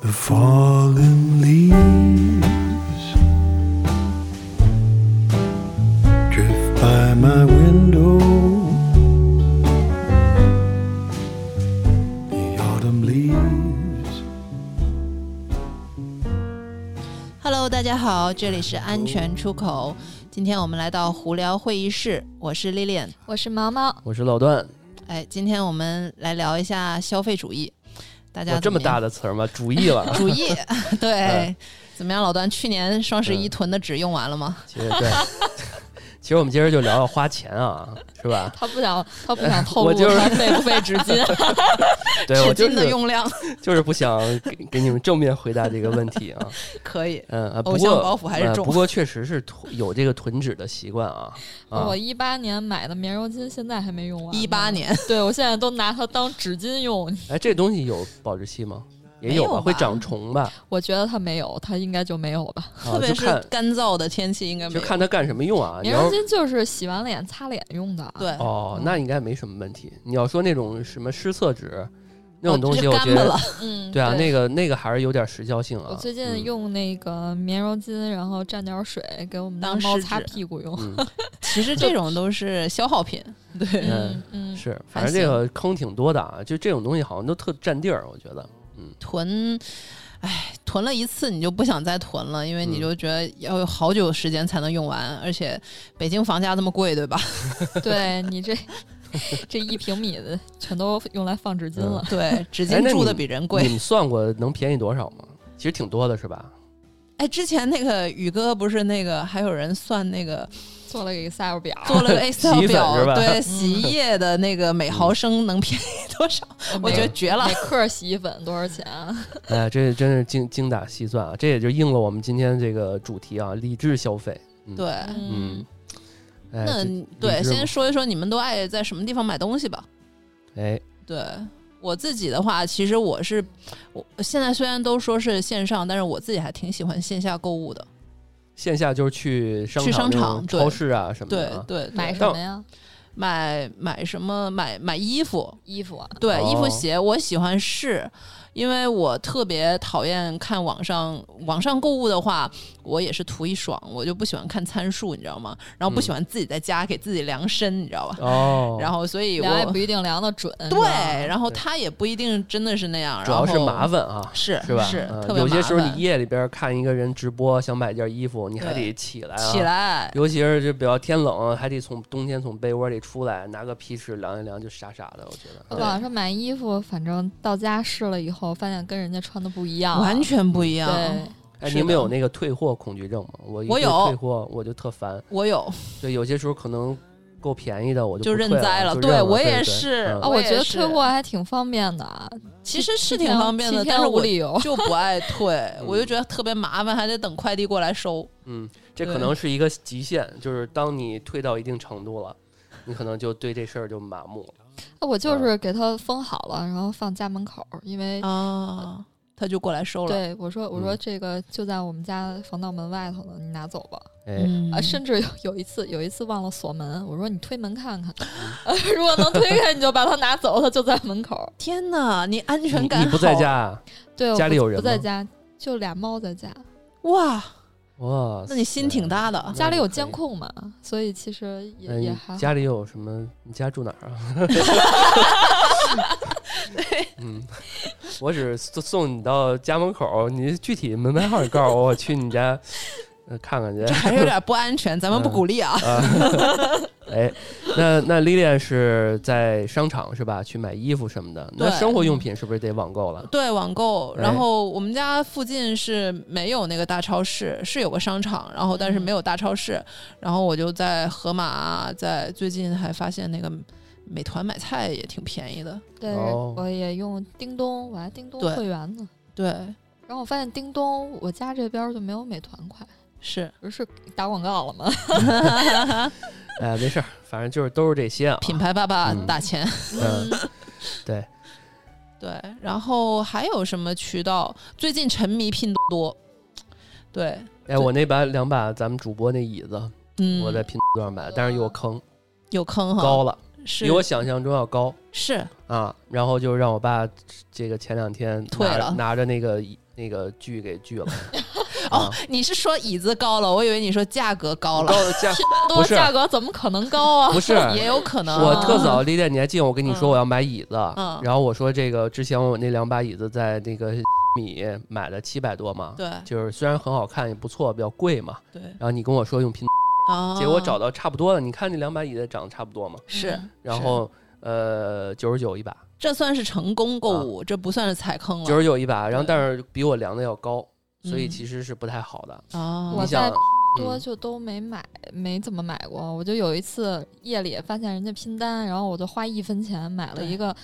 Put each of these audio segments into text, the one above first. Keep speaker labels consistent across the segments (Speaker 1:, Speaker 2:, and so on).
Speaker 1: the fallen leaves drift by my window. The autumn leaves.
Speaker 2: Hello，大家好，这里是安全出口。今天我们来到胡聊会议室，我是 Lilian。
Speaker 3: 我是毛毛，
Speaker 4: 我是老段，
Speaker 2: 哎，今天我们来聊一下消费主义。大家
Speaker 4: 哇，哦这么大
Speaker 2: 的，
Speaker 4: 的词儿吗？主义了
Speaker 2: 主 义，对
Speaker 4: 哎，
Speaker 2: 怎么样，老段？去年双十一
Speaker 4: 嗯
Speaker 2: 囤的纸用完了吗？
Speaker 4: 其实对，其实我们今儿就聊聊花钱啊，是吧？
Speaker 3: 他不想他不 想透
Speaker 4: 我
Speaker 3: 露
Speaker 4: 就是
Speaker 3: 他费不费纸巾，
Speaker 4: 对我
Speaker 2: 纸
Speaker 4: 就
Speaker 2: 巾的
Speaker 4: 是
Speaker 2: 用 量
Speaker 4: 就是不想给给你们正面回答这个问题啊，
Speaker 2: 可以。
Speaker 4: 嗯，啊不
Speaker 2: 偶像
Speaker 4: 过
Speaker 2: 包袱还是
Speaker 4: 呃
Speaker 2: 重
Speaker 4: 不过确实是囤有这个囤纸的习惯 啊啊
Speaker 3: 我，一八年买的棉柔巾现在还没用完。
Speaker 2: 一八，年，
Speaker 3: 对我现在都拿它当纸巾用，
Speaker 4: 哎，这东西有保质期吗？也
Speaker 2: 没有
Speaker 4: 吧，
Speaker 2: 吧
Speaker 4: 会长 虫吧？
Speaker 3: 我觉得它没有，它应该就没有吧。
Speaker 4: 啊
Speaker 2: 特别
Speaker 4: 就是看
Speaker 2: 干燥的天气，应该没
Speaker 4: 就
Speaker 2: 有。
Speaker 4: 看它干什么用啊？你
Speaker 3: 棉
Speaker 4: 要
Speaker 3: 柔巾就是洗完脸擦脸用的，，啊
Speaker 2: 对，
Speaker 4: 哦，那应该没什么问题。你要说那种什么湿厕纸那
Speaker 2: 哦
Speaker 4: 种东
Speaker 2: 这
Speaker 4: 西，
Speaker 2: 就
Speaker 4: 我
Speaker 2: 干
Speaker 4: 觉
Speaker 2: 巴
Speaker 4: 得
Speaker 2: 了。
Speaker 3: 嗯，
Speaker 4: 对啊，那个那个还是有点时效性啊。
Speaker 3: 我最近
Speaker 4: 嗯
Speaker 3: 用那个棉柔巾，然后蘸点水给我们家
Speaker 2: 当
Speaker 3: 猫
Speaker 2: 湿
Speaker 3: 擦
Speaker 2: 纸
Speaker 3: 屁股 用。
Speaker 4: 嗯，
Speaker 2: 其实这种都是消耗品，对，
Speaker 3: 嗯嗯，
Speaker 4: 是，
Speaker 2: 还
Speaker 4: 反正这个坑挺多的啊，就这种东西好像都特占地儿，我觉得。
Speaker 2: 囤，哎，囤了一次你就不想再囤了，因为你
Speaker 4: 嗯
Speaker 2: 就觉得要有好久时间才能用完，而且北京房价这么贵，对吧？
Speaker 3: 对你这这一平米的全都用来放纸巾了。
Speaker 2: 对，纸
Speaker 4: 哎
Speaker 2: 巾
Speaker 4: 那
Speaker 2: 住
Speaker 4: 你
Speaker 2: 的比人贵。
Speaker 4: 你们算过能便宜多少吗？其实挺多的，是吧？
Speaker 2: 哎，之前那个宇哥不是那个，还有人算那个
Speaker 3: 做了个 Excel 表，
Speaker 2: 做了 个 Excel
Speaker 4: 啊洗衣粉
Speaker 2: 表
Speaker 4: 是，吧嗯
Speaker 2: 对，洗衣液的那个每毫升能便宜多 少？我觉得绝了
Speaker 3: 每。克洗衣粉多少钱啊？
Speaker 4: 哎，这真是精精打细算啊，这也就应了我们今天这个主题啊，理智消费。嗯
Speaker 2: 对，
Speaker 4: 嗯，哎，
Speaker 2: 那
Speaker 4: 这
Speaker 2: 对，
Speaker 4: 理智
Speaker 2: 先
Speaker 4: 嘛
Speaker 2: 说一说你们都爱在什么地方买东西吧。
Speaker 4: 哎，
Speaker 2: 对我自己的话，其实我是我现在虽然都说是线上，但是我自己还挺喜欢线下购物的。
Speaker 4: 线下就是去商
Speaker 2: 去商
Speaker 4: 那
Speaker 2: 场
Speaker 4: 种
Speaker 2: 对
Speaker 4: 超市啊什么
Speaker 2: 对
Speaker 4: 的啊。
Speaker 2: 对，对
Speaker 3: 买什
Speaker 4: 但
Speaker 3: 么呀？
Speaker 2: 买买什么买买衣服，
Speaker 3: 衣服啊？
Speaker 2: 对、
Speaker 4: 哦
Speaker 2: 衣服鞋，我喜欢试，因为我特别讨厌看网上网上购物的话，我也是图一爽，我就不喜欢看参数，你知道吗？然后不
Speaker 4: 嗯
Speaker 2: 喜欢自己在家给自己量身，你知道吧？
Speaker 4: 哦，
Speaker 2: 然后所以
Speaker 3: 量也
Speaker 2: 我
Speaker 3: 不一啊定量的准。是
Speaker 2: 对
Speaker 3: 吧，
Speaker 2: 然后
Speaker 4: 对
Speaker 2: 它也不一定真的是那样，
Speaker 4: 主要是
Speaker 2: 然后
Speaker 4: 麻烦啊。
Speaker 2: 是
Speaker 4: 是吧？
Speaker 2: 是
Speaker 4: 嗯
Speaker 2: 特别
Speaker 4: 有
Speaker 2: 麻
Speaker 4: 些时候
Speaker 2: 烦
Speaker 4: 你夜里边看一个人直播，想买件衣服，你还
Speaker 2: 对
Speaker 4: 得起来啊，
Speaker 2: 起来。
Speaker 4: 尤其是就比较天冷，还得从冬天从被窝里出来，拿个皮尺量一量，就傻傻的，我觉
Speaker 2: 呃
Speaker 4: 得。
Speaker 3: 网上买衣服，反正到家试了以后，发现跟人家穿的不一样，
Speaker 2: 完全啊不一
Speaker 3: 啊对
Speaker 2: 样。
Speaker 4: 哎，
Speaker 2: 是
Speaker 4: 你们
Speaker 2: 的
Speaker 4: 有那个退货恐惧症吗？我
Speaker 2: 我
Speaker 4: 我
Speaker 2: 有
Speaker 4: 退货，我就特烦。
Speaker 2: 我有，
Speaker 4: 对，有些时候可能够便宜的，我就
Speaker 2: 就
Speaker 4: 不
Speaker 2: 认
Speaker 4: 退
Speaker 2: 栽了
Speaker 4: 了。就
Speaker 2: 对
Speaker 4: 认了
Speaker 2: 我也
Speaker 4: 对
Speaker 2: 是哦
Speaker 4: 嗯
Speaker 3: 啊，
Speaker 2: 我
Speaker 3: 我
Speaker 2: 也
Speaker 3: 觉得
Speaker 2: 是
Speaker 3: 退货还挺方便的，
Speaker 2: 其实是
Speaker 3: 七
Speaker 2: 挺
Speaker 3: 天
Speaker 2: 方便的，
Speaker 3: 七
Speaker 2: 但是
Speaker 3: 天无
Speaker 2: 我
Speaker 3: 理 由。
Speaker 2: 就不爱退，我就觉得特别麻烦，还得等快递过来收。
Speaker 4: 嗯，这
Speaker 2: 对
Speaker 4: 可能是一个极限，就是当你退到一定程度了，你可能就对这事儿就麻木了。
Speaker 3: 啊我就是给它封好了，然后放家门口，因为
Speaker 2: 嗯啊，他就过来收了。
Speaker 3: 嗯对我说我说
Speaker 4: 嗯
Speaker 3: 这个就在我们家防盗门外头呢，你拿走吧。
Speaker 4: 哎，
Speaker 2: 嗯
Speaker 3: 啊，甚至有有一次，有一次忘了锁门，我说你推门看看，
Speaker 2: 嗯
Speaker 3: 呃如果能推开，你就把它拿走，它就在门口。
Speaker 2: 天哪，你安全
Speaker 4: 你
Speaker 2: 感
Speaker 4: 你不在
Speaker 2: 好
Speaker 4: 家啊？
Speaker 3: 对，我
Speaker 4: 家里
Speaker 3: 不
Speaker 4: 有人
Speaker 3: 不在
Speaker 4: 吗
Speaker 3: 家，就俩猫在家，
Speaker 2: 哇？
Speaker 4: 哇，
Speaker 2: 那你心挺。大的。
Speaker 3: 家里有
Speaker 4: 嗯可以
Speaker 3: 监控嘛，所以其实也、
Speaker 4: 那
Speaker 3: 也
Speaker 4: 哎你
Speaker 3: 还好。
Speaker 4: 家里有什么？你家住哪儿啊？ 嗯，我只送送你到家门口，你具体门牌号你告诉我，我去你家、呃、看看去
Speaker 2: 这。还是有点不安全，咱们不鼓励啊。
Speaker 4: 啊， 哎，那那 Lilian 是在商场是吧？去买衣服什么的。那
Speaker 2: 对嗯
Speaker 4: 生活用品是不是得网购了？
Speaker 2: 对，网购。
Speaker 4: 哎
Speaker 2: 然后我们家附近是没有那个大超市，是有个商场，然后但是没有大超市。然后我就在盒马啊，在最近还发现那个美团买菜也挺便宜的。
Speaker 3: 对，
Speaker 4: 哦
Speaker 3: 我也用叮咚，我还叮咚
Speaker 2: 对
Speaker 3: 会员呢。
Speaker 2: 对，
Speaker 3: 然后我发现叮咚，我家这边就没有美团快，
Speaker 2: 是
Speaker 3: 不是打广告了吗？
Speaker 4: 哎，没事儿，反正就是都是这些啊。
Speaker 2: 品牌爸爸
Speaker 4: 嗯
Speaker 2: 打钱。
Speaker 4: 嗯，对，
Speaker 2: 对，然后还有什么渠道？最近沉迷拼多多。对，
Speaker 4: 哎，我那把两把咱们主播那椅子，
Speaker 2: 嗯，
Speaker 4: 我在拼多多上买的，但是有坑，
Speaker 2: 有坑哈，
Speaker 4: 高了，
Speaker 2: 是
Speaker 4: 比我想象中要高。
Speaker 2: 是
Speaker 4: 啊，然后就让我爸这个前两天
Speaker 2: 退
Speaker 4: 拿
Speaker 2: 了
Speaker 4: 拿着那个椅那个剧给 拒了。啊
Speaker 2: 哦，你是说椅子高了？我以为你说价格高了，
Speaker 4: 高价
Speaker 3: 多
Speaker 4: 不是
Speaker 3: 价格怎么可能高啊？
Speaker 4: 不是
Speaker 2: 也有可能。啊
Speaker 4: 我特早那天你还记得我跟你说我要买椅子，
Speaker 2: 嗯
Speaker 4: 然后我说这个之前我那两把椅子在那个 米买了七百多嘛，
Speaker 2: 对
Speaker 4: 就是虽然很好看也不错，比较贵嘛。
Speaker 2: 对
Speaker 4: 然后你跟我说用拼，
Speaker 2: 啊，
Speaker 4: 结果找到差不多了，你看那两把椅子长得差不多嘛，
Speaker 2: 是
Speaker 3: 嗯
Speaker 4: 然后呃九十九一把，
Speaker 2: 这算是成功购
Speaker 4: 啊
Speaker 2: 物，这不算是踩坑了。
Speaker 4: 九十九一把，然后
Speaker 2: 对
Speaker 4: 但是比我量的要高，所以
Speaker 2: 嗯
Speaker 4: 其实是嗯不太好的。
Speaker 2: 啊，
Speaker 3: 我
Speaker 4: 你
Speaker 3: 在
Speaker 4: 想
Speaker 3: 多
Speaker 4: 嗯
Speaker 3: 就都没买，没怎么买过。我就有一次夜里发现人家拼单，然后我就花一分钱买了
Speaker 2: 对
Speaker 3: 一个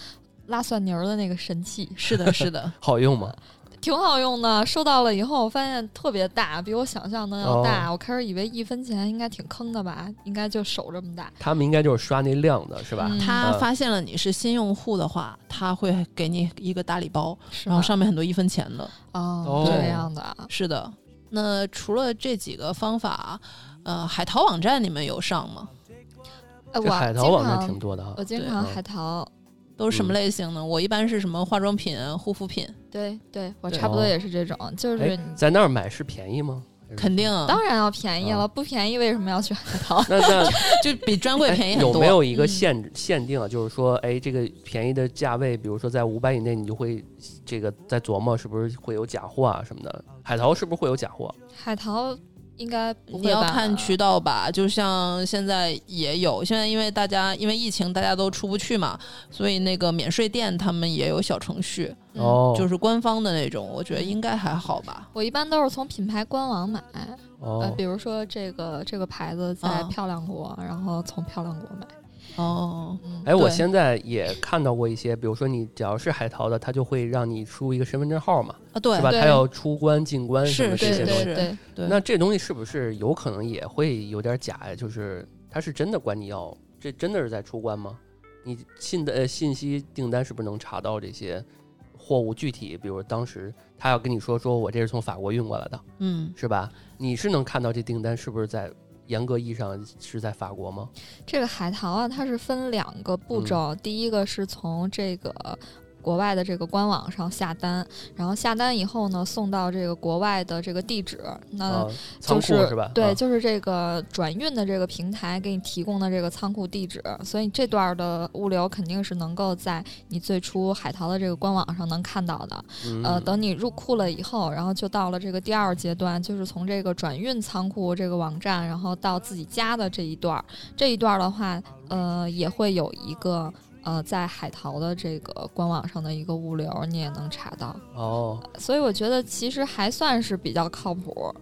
Speaker 3: 拉蒜泥儿的那个神器，
Speaker 2: 是的，是的，
Speaker 4: 好用吗？
Speaker 3: 挺好用的。收到了以后，我发现特别大，比我想象的要
Speaker 4: 哦
Speaker 3: 大。我开始以为一分钱应该挺坑的吧，应该就手这么大，
Speaker 4: 他们应该就是刷那量的是吧？
Speaker 3: 嗯
Speaker 2: 他
Speaker 4: 嗯
Speaker 2: 发现了你是新用户的话，他会给你一个大礼包，
Speaker 3: 是
Speaker 2: 然后
Speaker 3: 吧
Speaker 2: 上面很多一分钱的。
Speaker 3: 哦
Speaker 4: 哦
Speaker 3: 这样的啊，
Speaker 2: 是的，那除了这几个方法，呃，海淘网站你们有上吗？
Speaker 3: 哎，
Speaker 4: 这
Speaker 3: 我
Speaker 4: 海淘
Speaker 3: 经
Speaker 4: 网站
Speaker 3: 常
Speaker 4: 挺多的哈
Speaker 3: 我。经
Speaker 2: 对
Speaker 3: 常
Speaker 4: 嗯
Speaker 3: 海淘，
Speaker 2: 都是什么
Speaker 4: 嗯
Speaker 2: 类型呢？我一般是什么化妆品、护肤品，
Speaker 3: 对对，我
Speaker 2: 对
Speaker 3: 差不多
Speaker 4: 哦
Speaker 3: 也是这种，就是
Speaker 4: 哎
Speaker 3: 你
Speaker 4: 在那儿买是便宜吗？还是
Speaker 2: 肯 定啊
Speaker 3: 当然要便宜
Speaker 4: 啊
Speaker 3: 了，不便宜为什么要去海淘？
Speaker 4: 那那
Speaker 2: 就比专柜
Speaker 4: 哎
Speaker 2: 便宜很
Speaker 4: 有
Speaker 2: 多。
Speaker 4: 没有一个
Speaker 3: 嗯
Speaker 4: 限制限定啊？就是说，哎，这个便宜的价位，比如说在五百以内，你就会这个在琢磨是不是会有假货啊什么的。海淘是不是会有假货？
Speaker 3: 海淘应该不
Speaker 2: 你
Speaker 3: 会
Speaker 2: 要
Speaker 3: 吧
Speaker 2: 看渠道吧，就像现在也有，现在因为大家因为疫情大家都出不去嘛，所以那个免税店他们也有小程序，
Speaker 3: 嗯
Speaker 4: 哦，
Speaker 2: 就是是官方的那种，我觉得应该还好吧。
Speaker 3: 我一般都是从品牌官网买，呃，
Speaker 4: 哦
Speaker 3: 比如说这个这个牌子在
Speaker 2: 啊
Speaker 3: 漂亮国，然后从漂亮国买。
Speaker 2: 哦，
Speaker 3: 嗯，
Speaker 4: 哎，我
Speaker 2: 对
Speaker 4: 现在也看到过一些，比如说你只要是海淘的，它就会让你输一个身份证号嘛，
Speaker 2: 啊对
Speaker 4: 是吧？
Speaker 3: 对
Speaker 4: 它要出关、进关
Speaker 2: 是
Speaker 4: 什么这
Speaker 3: 对
Speaker 2: 是
Speaker 4: 些东
Speaker 3: 对
Speaker 4: 西。
Speaker 3: 对，
Speaker 2: 对，
Speaker 4: 那这东西是不是有可能也会有点假呀？就是它是真的管你要，这真的是在出关吗？你信的呃信息订单是不是能查到这些货物具体？比如当时他要跟你说，说我这是从法国运过来的，
Speaker 2: 嗯，
Speaker 4: 是吧？你是能看到这订单是不是在严格意义上是在法国吗？
Speaker 3: 这个海淘啊，它是分两个步
Speaker 4: 嗯
Speaker 3: 骤，第一个是从这个。国外的这个官网上下单，然后下单以后呢，送到这个国外的这个地址，那
Speaker 4: 啊，仓
Speaker 3: 呃就
Speaker 4: 库
Speaker 3: 是
Speaker 4: 吧？
Speaker 3: 对，
Speaker 4: 啊
Speaker 3: 就是这个转运的这个平台给你提供的这个仓库地址，所以这段儿的物流肯定是能够在你最初海淘的这个官网上能看到的。
Speaker 4: 嗯
Speaker 3: 呃，等你入库了以后，然后就到了这个第二阶段，就是从这个转运仓库这个网站，然后到自己家的这一段儿。这一段儿的话，呃，也会有一个。呃，在海淘的这个官网上的一个物流，你也能查到，
Speaker 4: 哦，
Speaker 3: 所以我觉得其实还算是比较靠谱。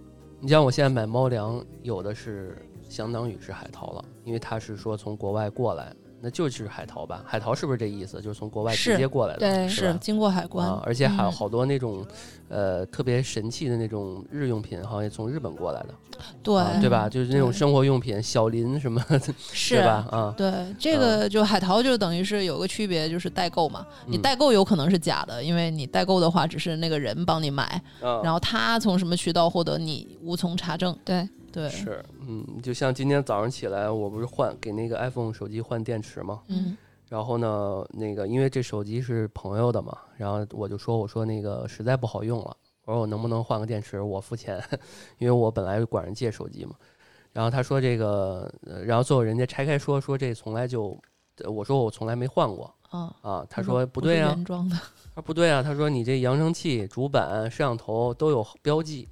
Speaker 4: 你像我现在买猫粮，有的是相当于是海淘了，因为它是说从国外过来，那就是海淘吧？海淘是不是这意思？就是从国外
Speaker 2: 是
Speaker 4: 直接过来的，
Speaker 3: 对
Speaker 4: 是
Speaker 2: 是
Speaker 4: 吧
Speaker 2: 经过海关，
Speaker 4: 啊，而且还有
Speaker 3: 嗯
Speaker 4: 好多那种，呃，特别神奇的那种日用品，好像也从日本过来的，
Speaker 2: 对、
Speaker 4: 啊对吧？就是那种生活用品，小林什么的，
Speaker 2: 是
Speaker 4: 对吧？啊，
Speaker 2: 对，这个就海淘就等于是有个区别，就是代购嘛。
Speaker 4: 嗯
Speaker 2: 你代购有可能是假的，因为你代购的话只是那个人帮你买，然
Speaker 4: 然
Speaker 2: 后他从什么渠道获得，你无从查证。
Speaker 3: 对，
Speaker 2: 对，
Speaker 4: 是，嗯，就像今天早上起来，我不是换给那个 iPhone 手机换电池嘛，
Speaker 2: 嗯
Speaker 3: 嗯，
Speaker 4: 然后呢，那个因为这手机是朋友的嘛，然后我就说我说那个实在不好用了，我说我能不能换个电池，我付钱， 因为我本来管人借手机嘛。然后他说这个，呃然后最后人家拆开说说这从来就，呃我说我从来没换过
Speaker 2: 啊，
Speaker 4: 啊，他
Speaker 2: 嗯
Speaker 4: 说不对
Speaker 2: 是
Speaker 4: 啊，
Speaker 2: 原装的，
Speaker 4: 他说不对啊，他说你这扬声器、主板、摄像头都有标记，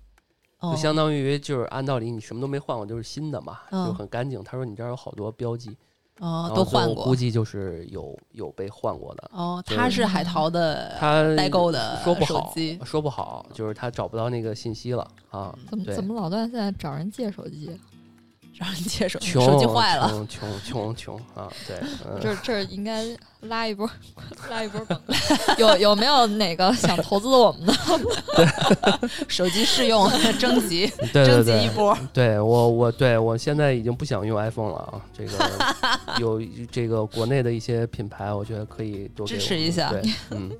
Speaker 2: 哦
Speaker 4: 就，相当于就是按道理你什么都没换过，就是新的嘛，就
Speaker 2: 嗯
Speaker 4: 很干净。他说你这儿有好多标记，然
Speaker 2: 哦
Speaker 4: 后
Speaker 2: 都
Speaker 4: 最后
Speaker 2: 换
Speaker 4: 嗯估
Speaker 2: 过。
Speaker 4: 计就是有有被换过的。
Speaker 2: 哦，
Speaker 4: 对嗯
Speaker 2: 他是海淘的
Speaker 4: 他
Speaker 2: 代购的
Speaker 4: 说不
Speaker 2: 手
Speaker 4: 好
Speaker 2: 机，，
Speaker 4: 说不好，就是他找不到那个信息了啊。
Speaker 3: 嗯怎么
Speaker 4: 对
Speaker 3: 怎么老段现在找人借手机？
Speaker 2: 让人接手
Speaker 4: 穷，啊
Speaker 2: 手机坏了，
Speaker 4: 穷，穷，穷，穷啊！ 对，嗯，
Speaker 3: 这这应该拉一波， 拉一波广 告。有有没有哪个想投资我们的？
Speaker 2: 手机试 用征集
Speaker 4: 对对
Speaker 2: 征集一
Speaker 4: 对，
Speaker 2: 波。
Speaker 4: 对我我对我现在已经不想用 iPhone 了啊。这个有这个国内的一些品牌，我觉得可以多给
Speaker 2: 支持
Speaker 4: 我们
Speaker 2: 一下
Speaker 4: 对，嗯，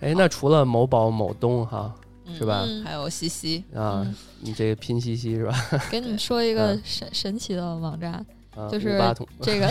Speaker 4: 哎，那除了某宝、某东哈，是吧？
Speaker 3: 嗯
Speaker 2: 还有西西，
Speaker 4: 啊
Speaker 3: 嗯，
Speaker 4: 你这个拼夕夕是吧？
Speaker 3: 给你们说一
Speaker 4: 嗯
Speaker 3: 个神神奇的网站，
Speaker 4: 啊
Speaker 3: 就
Speaker 4: 五
Speaker 3: 是
Speaker 4: 八同， 呃
Speaker 3: 这个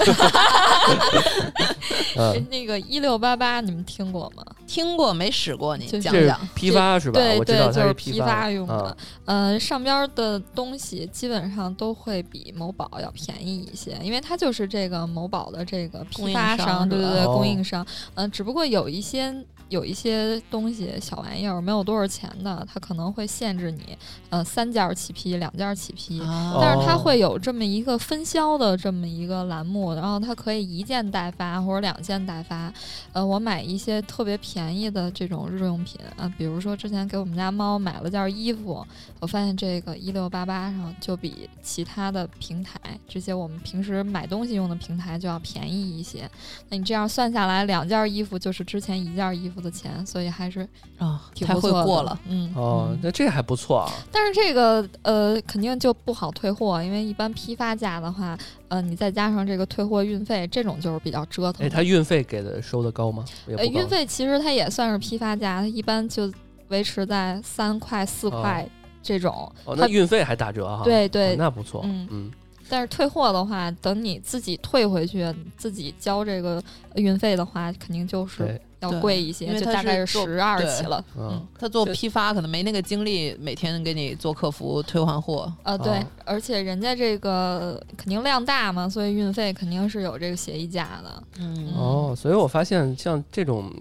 Speaker 4: 嗯
Speaker 3: 那个一六八八，你们听过吗？
Speaker 2: 听过没使过，你
Speaker 3: 就是
Speaker 2: 讲
Speaker 4: 这是
Speaker 2: 讲。
Speaker 4: 批发是吧？
Speaker 3: 对
Speaker 4: 我知
Speaker 3: 对
Speaker 4: 道
Speaker 3: 就
Speaker 4: 它
Speaker 3: 是
Speaker 4: 批
Speaker 3: 批
Speaker 4: 发
Speaker 3: 发用的
Speaker 4: 啊
Speaker 3: 呃，上边儿的东西基本上都会比某宝要便宜一些，因为它就是这个某宝的这个
Speaker 2: 供
Speaker 3: 批
Speaker 2: 应
Speaker 3: 发
Speaker 2: 商
Speaker 3: 商，对
Speaker 2: 是
Speaker 3: 对
Speaker 2: 吧
Speaker 3: 对，
Speaker 4: 哦
Speaker 3: 供应商。呃，只不过有一些有一些东西小玩意儿没有多少钱的，它可能会限制你，呃，三件儿起批，两件儿起批。
Speaker 2: 啊
Speaker 3: 但是它
Speaker 4: 哦
Speaker 3: 会有这么一个分销的这么一个栏目，然后它可以一件代发或者两件代发。呃，我买一些特别便宜的这种日用品啊，比如说之前给我们家猫买了件衣服，我发现这个一六八八上就比其他的平台，这些我们平时买东西用的平台就要便宜一些。那你这样算下来，两件衣服就是之前一件衣服的钱，所以还是
Speaker 2: 啊，
Speaker 3: 哦挺
Speaker 2: 太
Speaker 3: 不
Speaker 2: 会
Speaker 3: 错的。
Speaker 2: 过了，
Speaker 3: 嗯，
Speaker 4: 哦
Speaker 3: 嗯，
Speaker 4: 那这还不错啊。
Speaker 3: 但是这个呃，肯定就不好退货，因为一般批发价的话，呃，你再加上这个退货运费，这种就是比较折腾
Speaker 4: 哎，
Speaker 3: 的。
Speaker 4: 它运费给的收的高吗？也不
Speaker 3: 呃，
Speaker 4: 高
Speaker 3: 运费其实它也算是批发价，它一般就维持在三块四块这种。
Speaker 4: 哦，
Speaker 3: 它
Speaker 4: 那运费还打折哈？
Speaker 3: 对
Speaker 4: 哦
Speaker 3: 对，
Speaker 4: 那不错。
Speaker 3: 嗯
Speaker 4: 嗯，
Speaker 3: 但是退货的话，等你自己退回去，自己交这个呃运费的话，肯定就是
Speaker 4: 对，
Speaker 3: 要
Speaker 2: 对
Speaker 3: 贵一
Speaker 2: 因
Speaker 3: 些，
Speaker 2: 为
Speaker 3: 就
Speaker 2: 它
Speaker 3: 大概
Speaker 2: 是
Speaker 3: 是
Speaker 2: 做
Speaker 3: 十二
Speaker 2: 对
Speaker 3: 起了。
Speaker 4: 嗯，
Speaker 2: 他做
Speaker 4: 这
Speaker 2: 批发可能没那个精力，每天给你做客服退换货。
Speaker 3: 呃，对
Speaker 4: 哦，
Speaker 3: 而且人家这个呃肯定量大嘛，所以运费肯定是有这个协议价的。
Speaker 2: 嗯
Speaker 4: 哦，所以我发现像这种，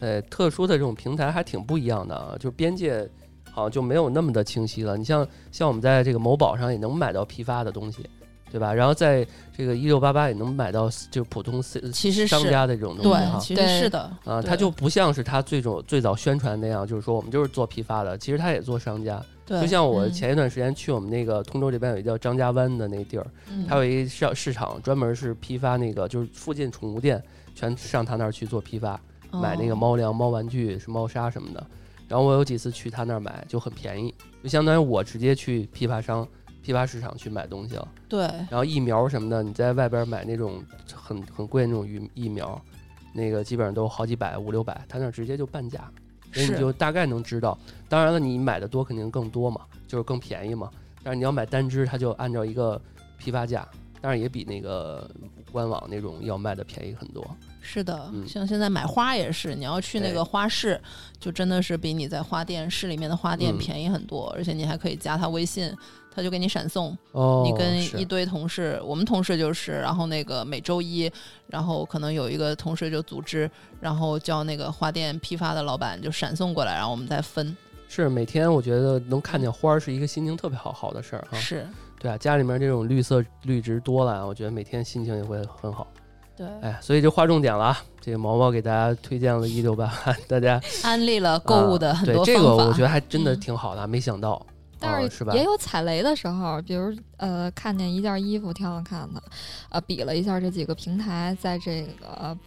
Speaker 4: 呃，特殊的这种平台还挺不一样的啊，就边界好像就没有那么的清晰了。你像像我们在这个某宝上也能买到批发的东西，对吧？然后在这个一六八八也能买到就普通私
Speaker 2: 其实是
Speaker 4: 商家的这种东西
Speaker 2: 对，
Speaker 4: 哈。
Speaker 2: 其实
Speaker 3: 对
Speaker 2: 是的，
Speaker 4: 啊，
Speaker 2: 对
Speaker 4: 它就不像是它最早最早宣传那样，就是说我们就是做批发的，其实它也做商家。
Speaker 2: 对，
Speaker 4: 就像我
Speaker 3: 嗯
Speaker 4: 前一段时间去我们那个通州这边有一个叫张家湾的那地儿，
Speaker 3: 嗯
Speaker 4: 它有一市市场专门是批发那个，就是附近宠物店全上他那儿去做批发，买那个
Speaker 2: 哦
Speaker 4: 猫粮、猫玩具、是猫砂什么的。然后我有几次去他那儿买，就很便宜，就相当于我直接去批发商、批发市场去买东西了。
Speaker 2: 对，
Speaker 4: 然后疫苗什么的，你在外边买那种很很贵的那种疫疫苗，那个基本上都好几百、五六百，他那儿直接就半价，所以你
Speaker 2: 是
Speaker 4: 就大概能知道。当然了，你买的多肯定更多嘛，就是更便宜嘛。但是你要买单只，它就按照一个批发价，当然也比那个官网那种要卖的便宜很多。
Speaker 2: 是的，
Speaker 4: 嗯
Speaker 2: 像现在买花也是，你要去那
Speaker 4: 对
Speaker 2: 个花市，就真的是比你在花店市里面的花店
Speaker 4: 嗯
Speaker 2: 便宜很多，而且你还可以加他微信，他就给你闪送。
Speaker 4: 哦
Speaker 2: 你跟一堆同事，我们同事就是，然后那个每周一，然后可能有一个同事就组织，然后叫那个花店批发的老板就闪送过来，然后我们再分。
Speaker 4: 是每天我觉得能看见花儿是一个心情特别好好的事儿哈。
Speaker 2: 是，
Speaker 4: 对啊，家里面这种绿色绿植多了啊，我觉得每天心情也会很好。
Speaker 2: 对，
Speaker 4: 哎，所以就划重点了啊！这个毛毛给大家推荐了一六八八，大家
Speaker 2: 安利了购物的
Speaker 4: 啊
Speaker 2: 很多方法。
Speaker 4: 对这个我觉得还真的
Speaker 3: 嗯
Speaker 4: 挺好的，啊没想到，
Speaker 3: 但
Speaker 4: 啊
Speaker 3: 是
Speaker 4: 是吧
Speaker 3: 也有踩雷的时候，比如呃，看见一件衣服挺好看的，呃，比了一下这几个平台在这个、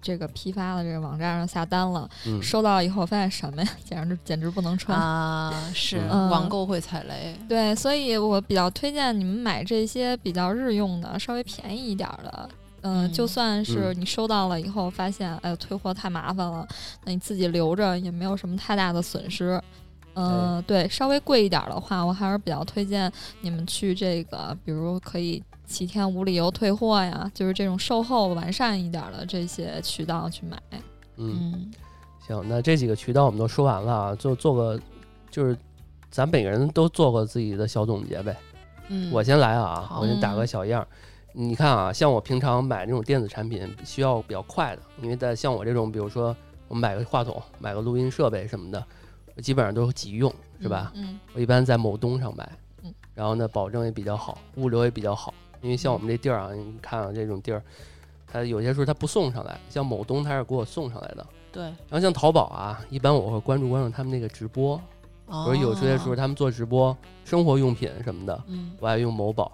Speaker 3: 这个批发的这个网站上下单了，
Speaker 4: 嗯，
Speaker 3: 收到以后发现什么呀， 简直简直不能穿。
Speaker 2: 啊，是、
Speaker 3: 嗯
Speaker 2: 网购会踩雷。
Speaker 3: 对，所以我比较推荐你们买这些比较日用的、稍微便宜一点儿的。嗯，
Speaker 2: 嗯
Speaker 3: 就算是你收到了以后发现，哎呦，退货太麻烦了，那你自己留着也没有什么太大的损失。嗯、
Speaker 2: 哎
Speaker 3: 对，稍微贵一点儿的话，我还是比较推荐你们去这个，比如可以七天无理由退货呀，就是这种售后完善一点儿的这些渠道去买。
Speaker 4: 嗯，
Speaker 2: 嗯，
Speaker 4: 行，那这几个渠道我们都说完了啊，就做个，就是咱每个人都做过自己的小总结呗。
Speaker 2: 嗯
Speaker 4: 我先来啊，
Speaker 2: 好
Speaker 4: 我先打个小样儿。你看啊，像我平常买这种电子产品需要比较快的，因为在像我这种，比如说我买个话筒、买个录音设备什么的，我基本上都是急用，是吧？
Speaker 3: 嗯，
Speaker 4: 我一般在某东上买
Speaker 3: 嗯，
Speaker 4: 然后呢，保证也比较好，物流也比较好。因为像我们这地儿啊，你看啊，这种地儿，它有些时候它不送上来，像某东它是给我送上来的。
Speaker 2: 对，
Speaker 4: 然后像淘宝啊，一般我会关注关注他们那个直播，比
Speaker 2: 我
Speaker 4: 如有些时候他们做直播，生活用品什么的，
Speaker 2: 哦嗯
Speaker 4: 我爱用某宝。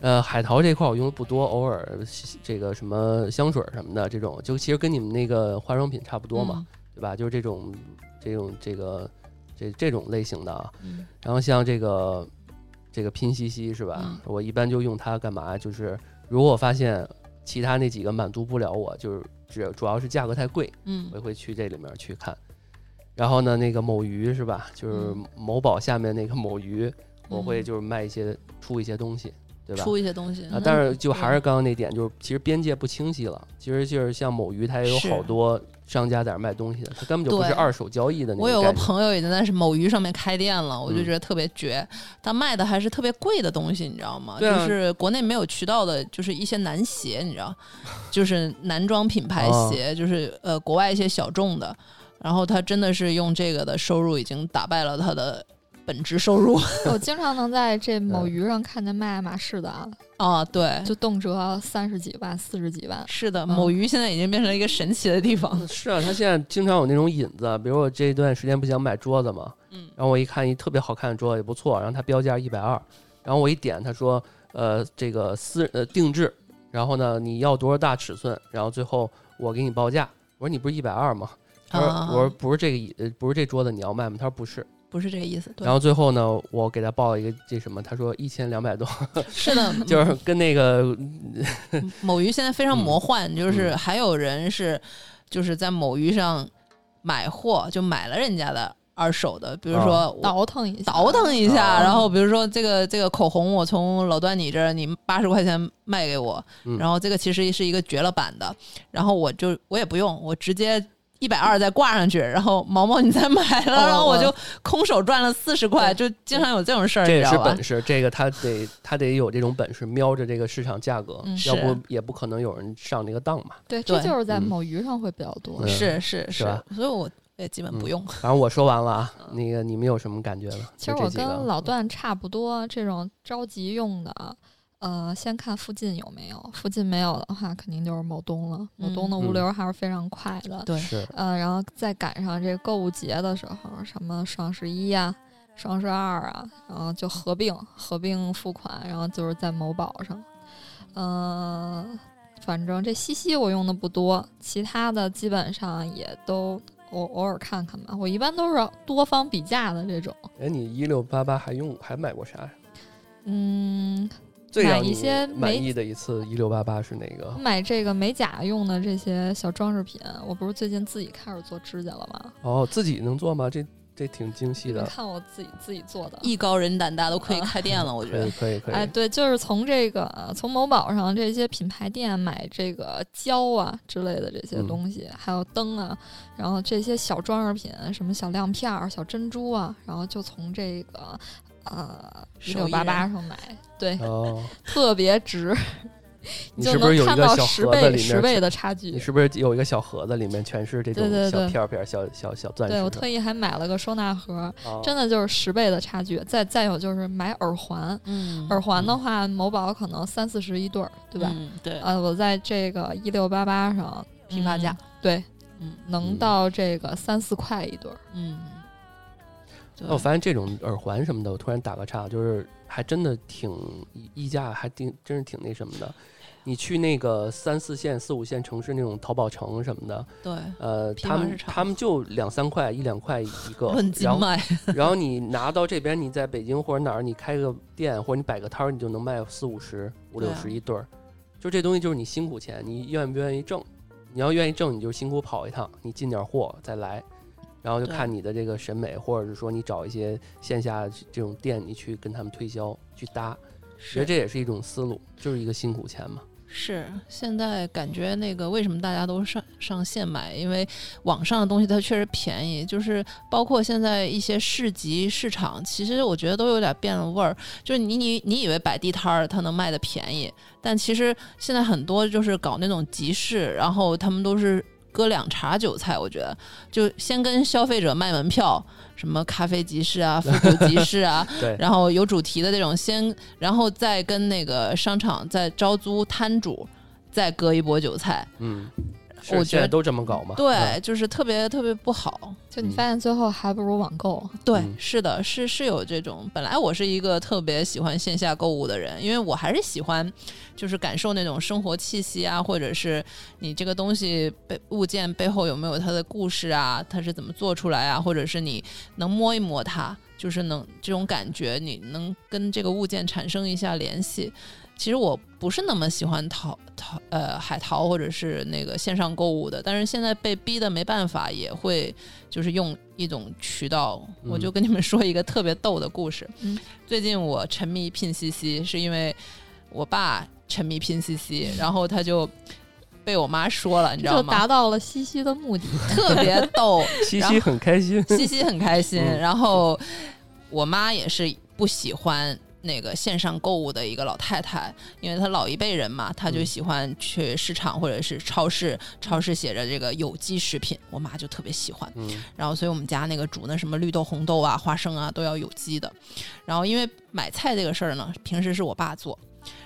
Speaker 4: 呃，海淘这块我用的不多，偶尔这个什么香水什么的这种，就其实跟你们那个化妆品差不多
Speaker 2: 嗯
Speaker 4: 嘛，，对吧？就是这种这种这个这这种类型的啊。
Speaker 2: 嗯
Speaker 4: 然后像这个这个拼夕夕是吧？
Speaker 2: 嗯
Speaker 4: 我一般就用它干嘛？就是如果我发现其他那几个满足不了我，就是只主要是价格太贵，
Speaker 2: 嗯
Speaker 4: 我
Speaker 2: 嗯，
Speaker 4: 会去这里面去看。然后呢，那个某鱼是吧？就是
Speaker 2: 嗯
Speaker 4: 某宝下面那个某鱼，我会
Speaker 2: 嗯
Speaker 4: 就是卖一些出一些东西，对吧？
Speaker 2: 出一些东西。
Speaker 4: 啊，
Speaker 3: 嗯
Speaker 4: 但是就还是刚刚那点，就是其实边界不清晰了。其实就是像某鱼，它也有
Speaker 2: 是
Speaker 4: 好多商家在那儿卖东西的，它根本就不是
Speaker 2: 对
Speaker 4: 二手交易的那
Speaker 2: 我
Speaker 4: 种
Speaker 2: 有个
Speaker 4: 概念。
Speaker 2: 朋友已经在是某鱼上面开店了，我就
Speaker 4: 嗯
Speaker 2: 觉得特别绝，但卖的还是特别贵的东西，你知道吗？
Speaker 4: 对啊
Speaker 2: 就是国内没有渠道的，就是一些男鞋，你知 道，就是男装品牌
Speaker 4: 哦
Speaker 2: 鞋，就是呃国外一些小众的，然后他真的是用这个的收入已经打败了他的本职收入
Speaker 3: 嗯我经常能在这
Speaker 2: 嗯
Speaker 3: 某鱼上看见卖爱马仕的啊，
Speaker 2: 啊，对。
Speaker 3: 就动辄三十几万、四十几万。
Speaker 2: 是的，
Speaker 3: 嗯
Speaker 2: 某鱼现在已经变成了一个神奇的地方。
Speaker 4: 是啊，它现在经常有那种引子，啊比如我这一段时间不想买桌子嘛，
Speaker 2: 嗯，
Speaker 4: 然后我一看一特别好看的桌子也不错，然后它标价一百二，然后我一点，他说呃这个私呃定制，然后呢你要多少大尺寸，然后最后我给你报价，我说你不是一百二吗？他说、
Speaker 2: 啊
Speaker 4: 我说不是这个椅呃不是这桌子你要卖吗？他说不是，
Speaker 2: 不是这个意思。对
Speaker 4: 然后最后呢我给他报了一个这什么，他说一千 两百多，
Speaker 2: 是 的，
Speaker 4: 就是跟那个
Speaker 2: 某鱼现在非常
Speaker 4: 嗯
Speaker 2: 魔幻，就是还有人是就是在某鱼上买货，就买了人家的二手的，比如说我
Speaker 3: 倒腾一下，
Speaker 2: 倒腾一下，
Speaker 4: 啊
Speaker 2: 然后比如说这个这个口红，我从老段你这儿你八十块钱卖给我，
Speaker 4: 嗯
Speaker 2: 然后这个其实是一个绝了版的，然后我就我也不用，我直接。一百二再挂上去，然后毛毛你再买了，
Speaker 3: 哦
Speaker 2: 然后我
Speaker 3: 我
Speaker 2: 就空手赚了四十块，就经常有这种事儿，
Speaker 4: 这
Speaker 2: 你
Speaker 4: 也
Speaker 2: 知
Speaker 4: 是
Speaker 2: 道
Speaker 3: 啊
Speaker 2: 吧
Speaker 4: 本？事，这个他得他得有这种本事，瞄着这个市场价格，
Speaker 3: 嗯
Speaker 2: 是
Speaker 4: 要不也不可能有人上这个当嘛。
Speaker 3: 对，这
Speaker 2: 对
Speaker 3: 就是在
Speaker 4: 嗯
Speaker 3: 某鱼上会比较多
Speaker 4: 嗯。
Speaker 2: 是是
Speaker 4: 是吧嗯
Speaker 2: 所以我也基本不用。
Speaker 4: 反正我说完了啊，那个你们有什么感觉呢？
Speaker 3: 嗯其实
Speaker 4: 就这
Speaker 3: 我
Speaker 4: 几个嗯
Speaker 3: 跟老段差不多，这种着急用的，呃，先看附近有没有，附近没有的话，肯定就是某东了。某东
Speaker 2: 嗯
Speaker 3: 的物流还是非常快的。
Speaker 2: 对
Speaker 4: 是
Speaker 3: 呃，然后再赶上这购物节的时候，什么双十一呀、双十二啊，然后就合并合并付款，然后就是在某宝上，嗯、反正这西西我用的不多，其他的基本上也都偶偶尔看看吧。我一般都是多方比价的这种，
Speaker 4: 哎，你一六八八还用还买过啥呀？
Speaker 3: 嗯，
Speaker 4: 最让
Speaker 3: 买一
Speaker 4: 你
Speaker 3: 些
Speaker 4: 满
Speaker 3: 没
Speaker 4: 意的一次一六八八是哪个？
Speaker 3: 买这个美甲用的这些小装饰品，我不是最近自己开始做指甲了吗？
Speaker 4: 哦，自己能做吗？这这挺精细
Speaker 3: 你们
Speaker 4: 的，
Speaker 3: 看我自己自己做的，
Speaker 2: 艺高人胆大都可以开店了，我觉
Speaker 4: 可
Speaker 2: 得
Speaker 4: 以。可以可
Speaker 3: 哎，
Speaker 4: 以。
Speaker 3: 对，就是从这个从某宝上这些品牌店买这个胶啊之类的这些
Speaker 4: 嗯
Speaker 3: 东西，还有灯啊，然后这些小装饰品，什么小亮片儿、小珍珠啊，然后就从这个呃一
Speaker 2: 手
Speaker 3: 六
Speaker 2: 艺
Speaker 3: 八
Speaker 2: 人
Speaker 3: 八上买，对，
Speaker 4: 哦，
Speaker 3: 特别值，
Speaker 4: 你
Speaker 3: 就是
Speaker 4: 不
Speaker 3: 能
Speaker 4: 是有一
Speaker 3: 看
Speaker 4: 个
Speaker 3: 到
Speaker 4: 小
Speaker 3: 十
Speaker 4: 盒子
Speaker 3: 倍
Speaker 4: 里
Speaker 3: 十倍
Speaker 4: 面？
Speaker 3: 的差
Speaker 4: 你
Speaker 3: 距。
Speaker 4: 是不是有一个小盒子，里面全是这种
Speaker 3: 对对
Speaker 4: 小
Speaker 3: 对
Speaker 4: 片儿片儿、小小小钻石的？
Speaker 3: 对我特意还买了个收纳盒，
Speaker 4: 哦
Speaker 3: 真的就是十倍的差距。再再有就是买耳环，
Speaker 2: 嗯
Speaker 3: 耳环的话，某宝可能三四十一对儿，对吧？
Speaker 2: 嗯、对，
Speaker 3: 呃，我在这个一六八八上
Speaker 2: 批发价，
Speaker 3: 对，
Speaker 2: 嗯
Speaker 3: 能
Speaker 4: 嗯
Speaker 3: 到这个三四块一对儿。
Speaker 2: 嗯，对
Speaker 3: 哦
Speaker 4: 那我发现这种耳环什么的，我突然打个岔，就是还真的挺溢溢价，还挺真是挺那什么的。你去那个三四线、四五线城市那种淘宝城什么的，
Speaker 2: 对，
Speaker 4: 呃，
Speaker 2: 批
Speaker 4: 他
Speaker 2: 发
Speaker 4: 们
Speaker 2: 市场
Speaker 4: 他们就两三块、一两块一 个
Speaker 2: 论，斤
Speaker 4: 然后
Speaker 2: 卖，
Speaker 4: 然后你拿到这边，你在北京或者哪儿，你开个店或者你摆个摊儿，你就能卖四五十、五
Speaker 2: 对
Speaker 4: 六
Speaker 2: 啊
Speaker 4: 十一对儿。就这东西就是你辛苦钱，你愿不愿意挣？你要愿意挣，你就辛苦跑一趟，你进点货再来，然后就
Speaker 2: 对
Speaker 4: 看你的这个审美，或者是说你找一些线下这种店，你去跟他们推销去搭，其实
Speaker 2: 是
Speaker 4: 这也是一种思路，就是一个辛苦钱嘛。，
Speaker 2: 是。现在感觉那个为什么大家都上上线买？因为网上的东西它确实便宜，就是包括现在一些市集市场，其实我觉得都有点变了味儿。就是你你你以为摆地摊儿它能卖的便宜，但其实现在很多就是搞那种集市，然后他们都是割两茬韭菜。我觉得，就先跟消费者卖门票，什么咖啡集市啊、复古集市啊
Speaker 4: 对
Speaker 2: 然后有主题的这种先，然后再跟那个商场再招租摊主。再割一波韭菜，
Speaker 4: 嗯，
Speaker 2: 我
Speaker 4: 是
Speaker 2: 觉
Speaker 4: 现在
Speaker 2: 得
Speaker 4: 都这么搞嘛？
Speaker 2: 对，就是特别特别不好。
Speaker 3: 就你
Speaker 4: 嗯
Speaker 3: 发现最后还不如网购，
Speaker 2: 对，
Speaker 4: 嗯
Speaker 2: 是的，是是有这种。本来我是一个特别喜欢线下购物的人，因为我还是喜欢，就是感受那种生活气息啊，或者是你这个东西背物件背后有没有它的故事啊，它是怎么做出来啊，或者是你能摸一摸它，就是能这种感觉，你能跟这个物件产生一下联系。其实我不是那么喜欢淘淘呃海淘或者是那个线上购物的，但是现在被逼的没办法，也会就是用一种渠道。
Speaker 4: 嗯
Speaker 2: 我就跟你们说一个特别逗的故事。
Speaker 3: 嗯
Speaker 2: 最近我沉迷拼夕夕，是因为我爸沉迷拼夕夕，然后他就被我妈说了，你知
Speaker 3: 就
Speaker 2: 道吗
Speaker 3: 达？到了西西的目的。
Speaker 2: 特别 逗，
Speaker 4: 西
Speaker 2: 然
Speaker 4: 西
Speaker 2: 后
Speaker 4: 很 开心，
Speaker 2: 西西很开心。
Speaker 4: 嗯
Speaker 2: 然后我妈也是不喜欢那个线上购物的一个老太太，因为她老一辈人嘛，她就
Speaker 4: 嗯
Speaker 2: 喜欢去市场或者是超市，超市写着这个有机食品，我妈就特别喜欢。
Speaker 4: 嗯
Speaker 2: 然后所以我们家那个煮那什么绿豆、红豆啊、花生啊都要有机的。然后因为买菜这个事儿呢，平时是我爸做，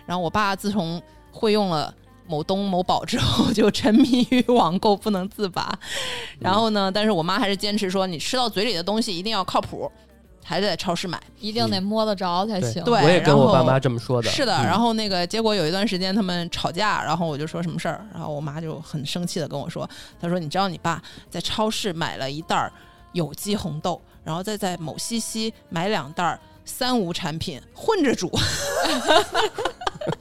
Speaker 2: 然后我爸自从会用了。某东某宝之后就沉迷于网购不能自拔，然后呢，但是我妈还是坚持说，你吃到嘴里的东西一定要靠谱，还得在超市买。
Speaker 3: 一
Speaker 4: 嗯
Speaker 3: 定得摸得着才行。
Speaker 2: 对
Speaker 4: 我也跟我
Speaker 2: 然后
Speaker 4: 爸妈这么说的，
Speaker 2: 是的，
Speaker 4: 嗯
Speaker 2: 然后那个结果有一段时间他们吵架，然后我就说什么事儿，然后我妈就很生气的跟我说，她说你知道你爸在超市买了一袋儿有机红豆，然后再在某西西买两袋儿三无产品混着煮。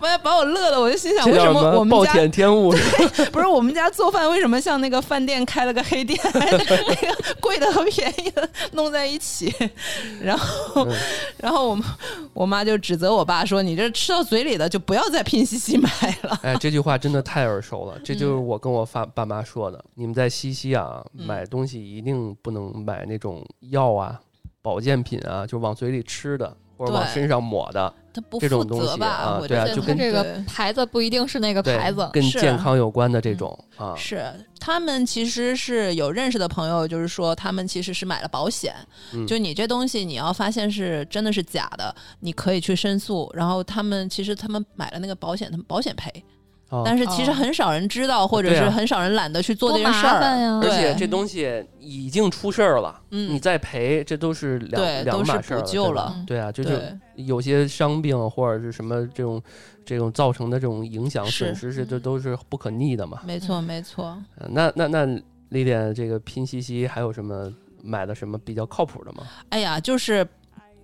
Speaker 2: 把把我乐的，我就心想，
Speaker 4: 这
Speaker 2: 为
Speaker 4: 叫
Speaker 2: 什
Speaker 4: 什
Speaker 2: 么
Speaker 4: 么
Speaker 2: 我们
Speaker 4: 暴
Speaker 2: 家
Speaker 4: 殄天物？
Speaker 2: 不是我们家做饭为什么像那个饭店开了个黑店， 那个贵的和便宜的弄在一起， 然后
Speaker 4: 嗯，
Speaker 2: 然后我妈我妈就指责我爸说：“你这吃到嘴里的就不要再拼夕夕买了。
Speaker 4: 哎，这句话真的太耳熟了，这就是我跟我爸爸妈说的。你们在西西啊，
Speaker 2: 嗯
Speaker 4: 买东西一定不能买那种药啊、保健品啊，就往嘴里吃的或者往
Speaker 2: 对
Speaker 4: 身上抹的，”
Speaker 2: 他不
Speaker 4: 这种东西啊
Speaker 2: 我
Speaker 4: 对啊
Speaker 2: 觉得
Speaker 4: 就
Speaker 3: 它
Speaker 4: 跟
Speaker 3: 这个牌子不一定是那个
Speaker 4: 对
Speaker 3: 牌子，
Speaker 4: 跟
Speaker 2: 是
Speaker 4: 健康有关的这种啊
Speaker 2: 对。是他们其实是有认识的朋友，就是说他们其实是买了保险，
Speaker 4: 嗯
Speaker 2: 就你这东西你要发现是真的是假的，你可以去申诉。然后他们其实他们买了那个保险，他们保险赔。
Speaker 4: 啊
Speaker 2: 但是其实很少人知道，或者
Speaker 4: 对
Speaker 2: 是
Speaker 4: 啊
Speaker 2: 很少人懒得去做
Speaker 3: 哦多
Speaker 2: 这件事
Speaker 3: 麻
Speaker 2: 儿。
Speaker 3: 烦呀！
Speaker 4: 而且
Speaker 2: 对
Speaker 4: 这东西已经出事儿了，
Speaker 2: 嗯
Speaker 4: 你再赔，这都是
Speaker 2: 对
Speaker 4: 两两
Speaker 2: 都是
Speaker 4: 码事儿
Speaker 2: 补救
Speaker 4: 对吧
Speaker 2: 了嗯
Speaker 4: 对啊，这就
Speaker 2: 对，
Speaker 4: 有些伤病或者是什么这种这种造成的这种影响
Speaker 2: 是
Speaker 4: 损失是这
Speaker 3: 嗯
Speaker 4: 都是不可逆的嘛。
Speaker 2: 没错，没错。
Speaker 4: 呃那那那李典这个拼夕夕还有什么买的什么比较靠谱的吗？
Speaker 2: 哎呀，就是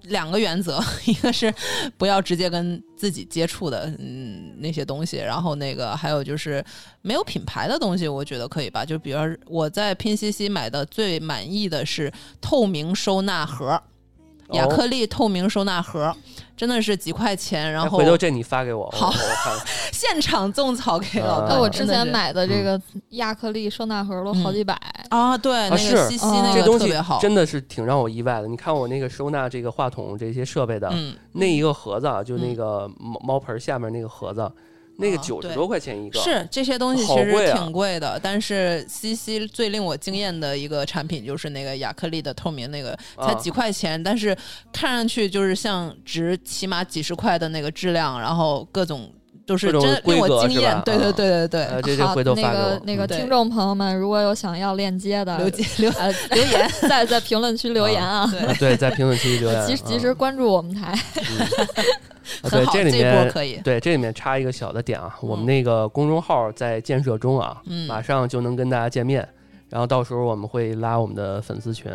Speaker 2: 两个原则， 一个是不要直接跟自己接触的嗯那些东西，然后那个还有就是没有品牌的东西，我觉得可以吧。就比如我在拼夕夕买的最满意的是透明收纳盒，亚
Speaker 4: 哦
Speaker 2: 克力透明收纳盒，真的是几块钱，然
Speaker 4: 哎
Speaker 2: 后
Speaker 4: 回头这你发给我，我
Speaker 2: 好
Speaker 4: 我看看。
Speaker 2: 现场种草给老
Speaker 4: 啊
Speaker 2: 大。
Speaker 3: 那哎我
Speaker 2: 真
Speaker 3: 之
Speaker 2: 的
Speaker 3: 前
Speaker 2: 是
Speaker 3: 买的
Speaker 4: 嗯
Speaker 3: 这个亚克力收纳盒都好几百，
Speaker 2: 啊，对，那个
Speaker 4: 是
Speaker 2: 西西那
Speaker 4: 这
Speaker 2: 个
Speaker 4: 东
Speaker 2: 特
Speaker 4: 西
Speaker 2: 别好，
Speaker 4: 真的是挺让我意外的。你看我那个收纳这个话筒这些设备的、
Speaker 2: 嗯，
Speaker 4: 那一个盒子啊，就
Speaker 2: 嗯
Speaker 4: 那个猫猫盆下面那个盒子，那个
Speaker 2: 啊
Speaker 4: 九
Speaker 2: 对
Speaker 4: 十多块钱一个，
Speaker 2: 是这些东西其
Speaker 4: 好
Speaker 2: 实
Speaker 4: 贵啊
Speaker 2: 挺贵的，但是西西最令我惊艳的一个产品就是那个亚克力的透明那个，才
Speaker 4: 啊
Speaker 2: 几块钱，但是看上去就是像值起码几十块的那个质量，然后各种都是
Speaker 4: 各种
Speaker 2: 真的令
Speaker 4: 规格
Speaker 2: 我
Speaker 4: 是
Speaker 2: 惊艳
Speaker 4: 吧，
Speaker 2: 对对
Speaker 4: 啊
Speaker 2: 对对对，
Speaker 4: 呃，这这
Speaker 3: 好，
Speaker 4: 回头发
Speaker 3: 那
Speaker 4: 给我
Speaker 3: 个。那个
Speaker 4: 嗯
Speaker 2: 对
Speaker 3: 听众朋友们，如果有想要链接的，
Speaker 2: 留 留
Speaker 3: 呃留言，在在评论区留言啊，
Speaker 2: 对
Speaker 4: 啊，对，嗯在评 论区留言。
Speaker 3: 及时及时关注我们台。
Speaker 4: 嗯，嗯啊
Speaker 2: 很
Speaker 4: 对，
Speaker 2: 好，
Speaker 4: 这
Speaker 2: 这
Speaker 4: 里
Speaker 2: 一波
Speaker 4: 面
Speaker 2: 可以，
Speaker 4: 对，这里面插一个小的点啊，我们
Speaker 2: 嗯
Speaker 4: 那个公众号在建设中啊，
Speaker 2: 嗯
Speaker 4: 马上就能跟大家见面，然后到时候我们会拉我们的粉丝群，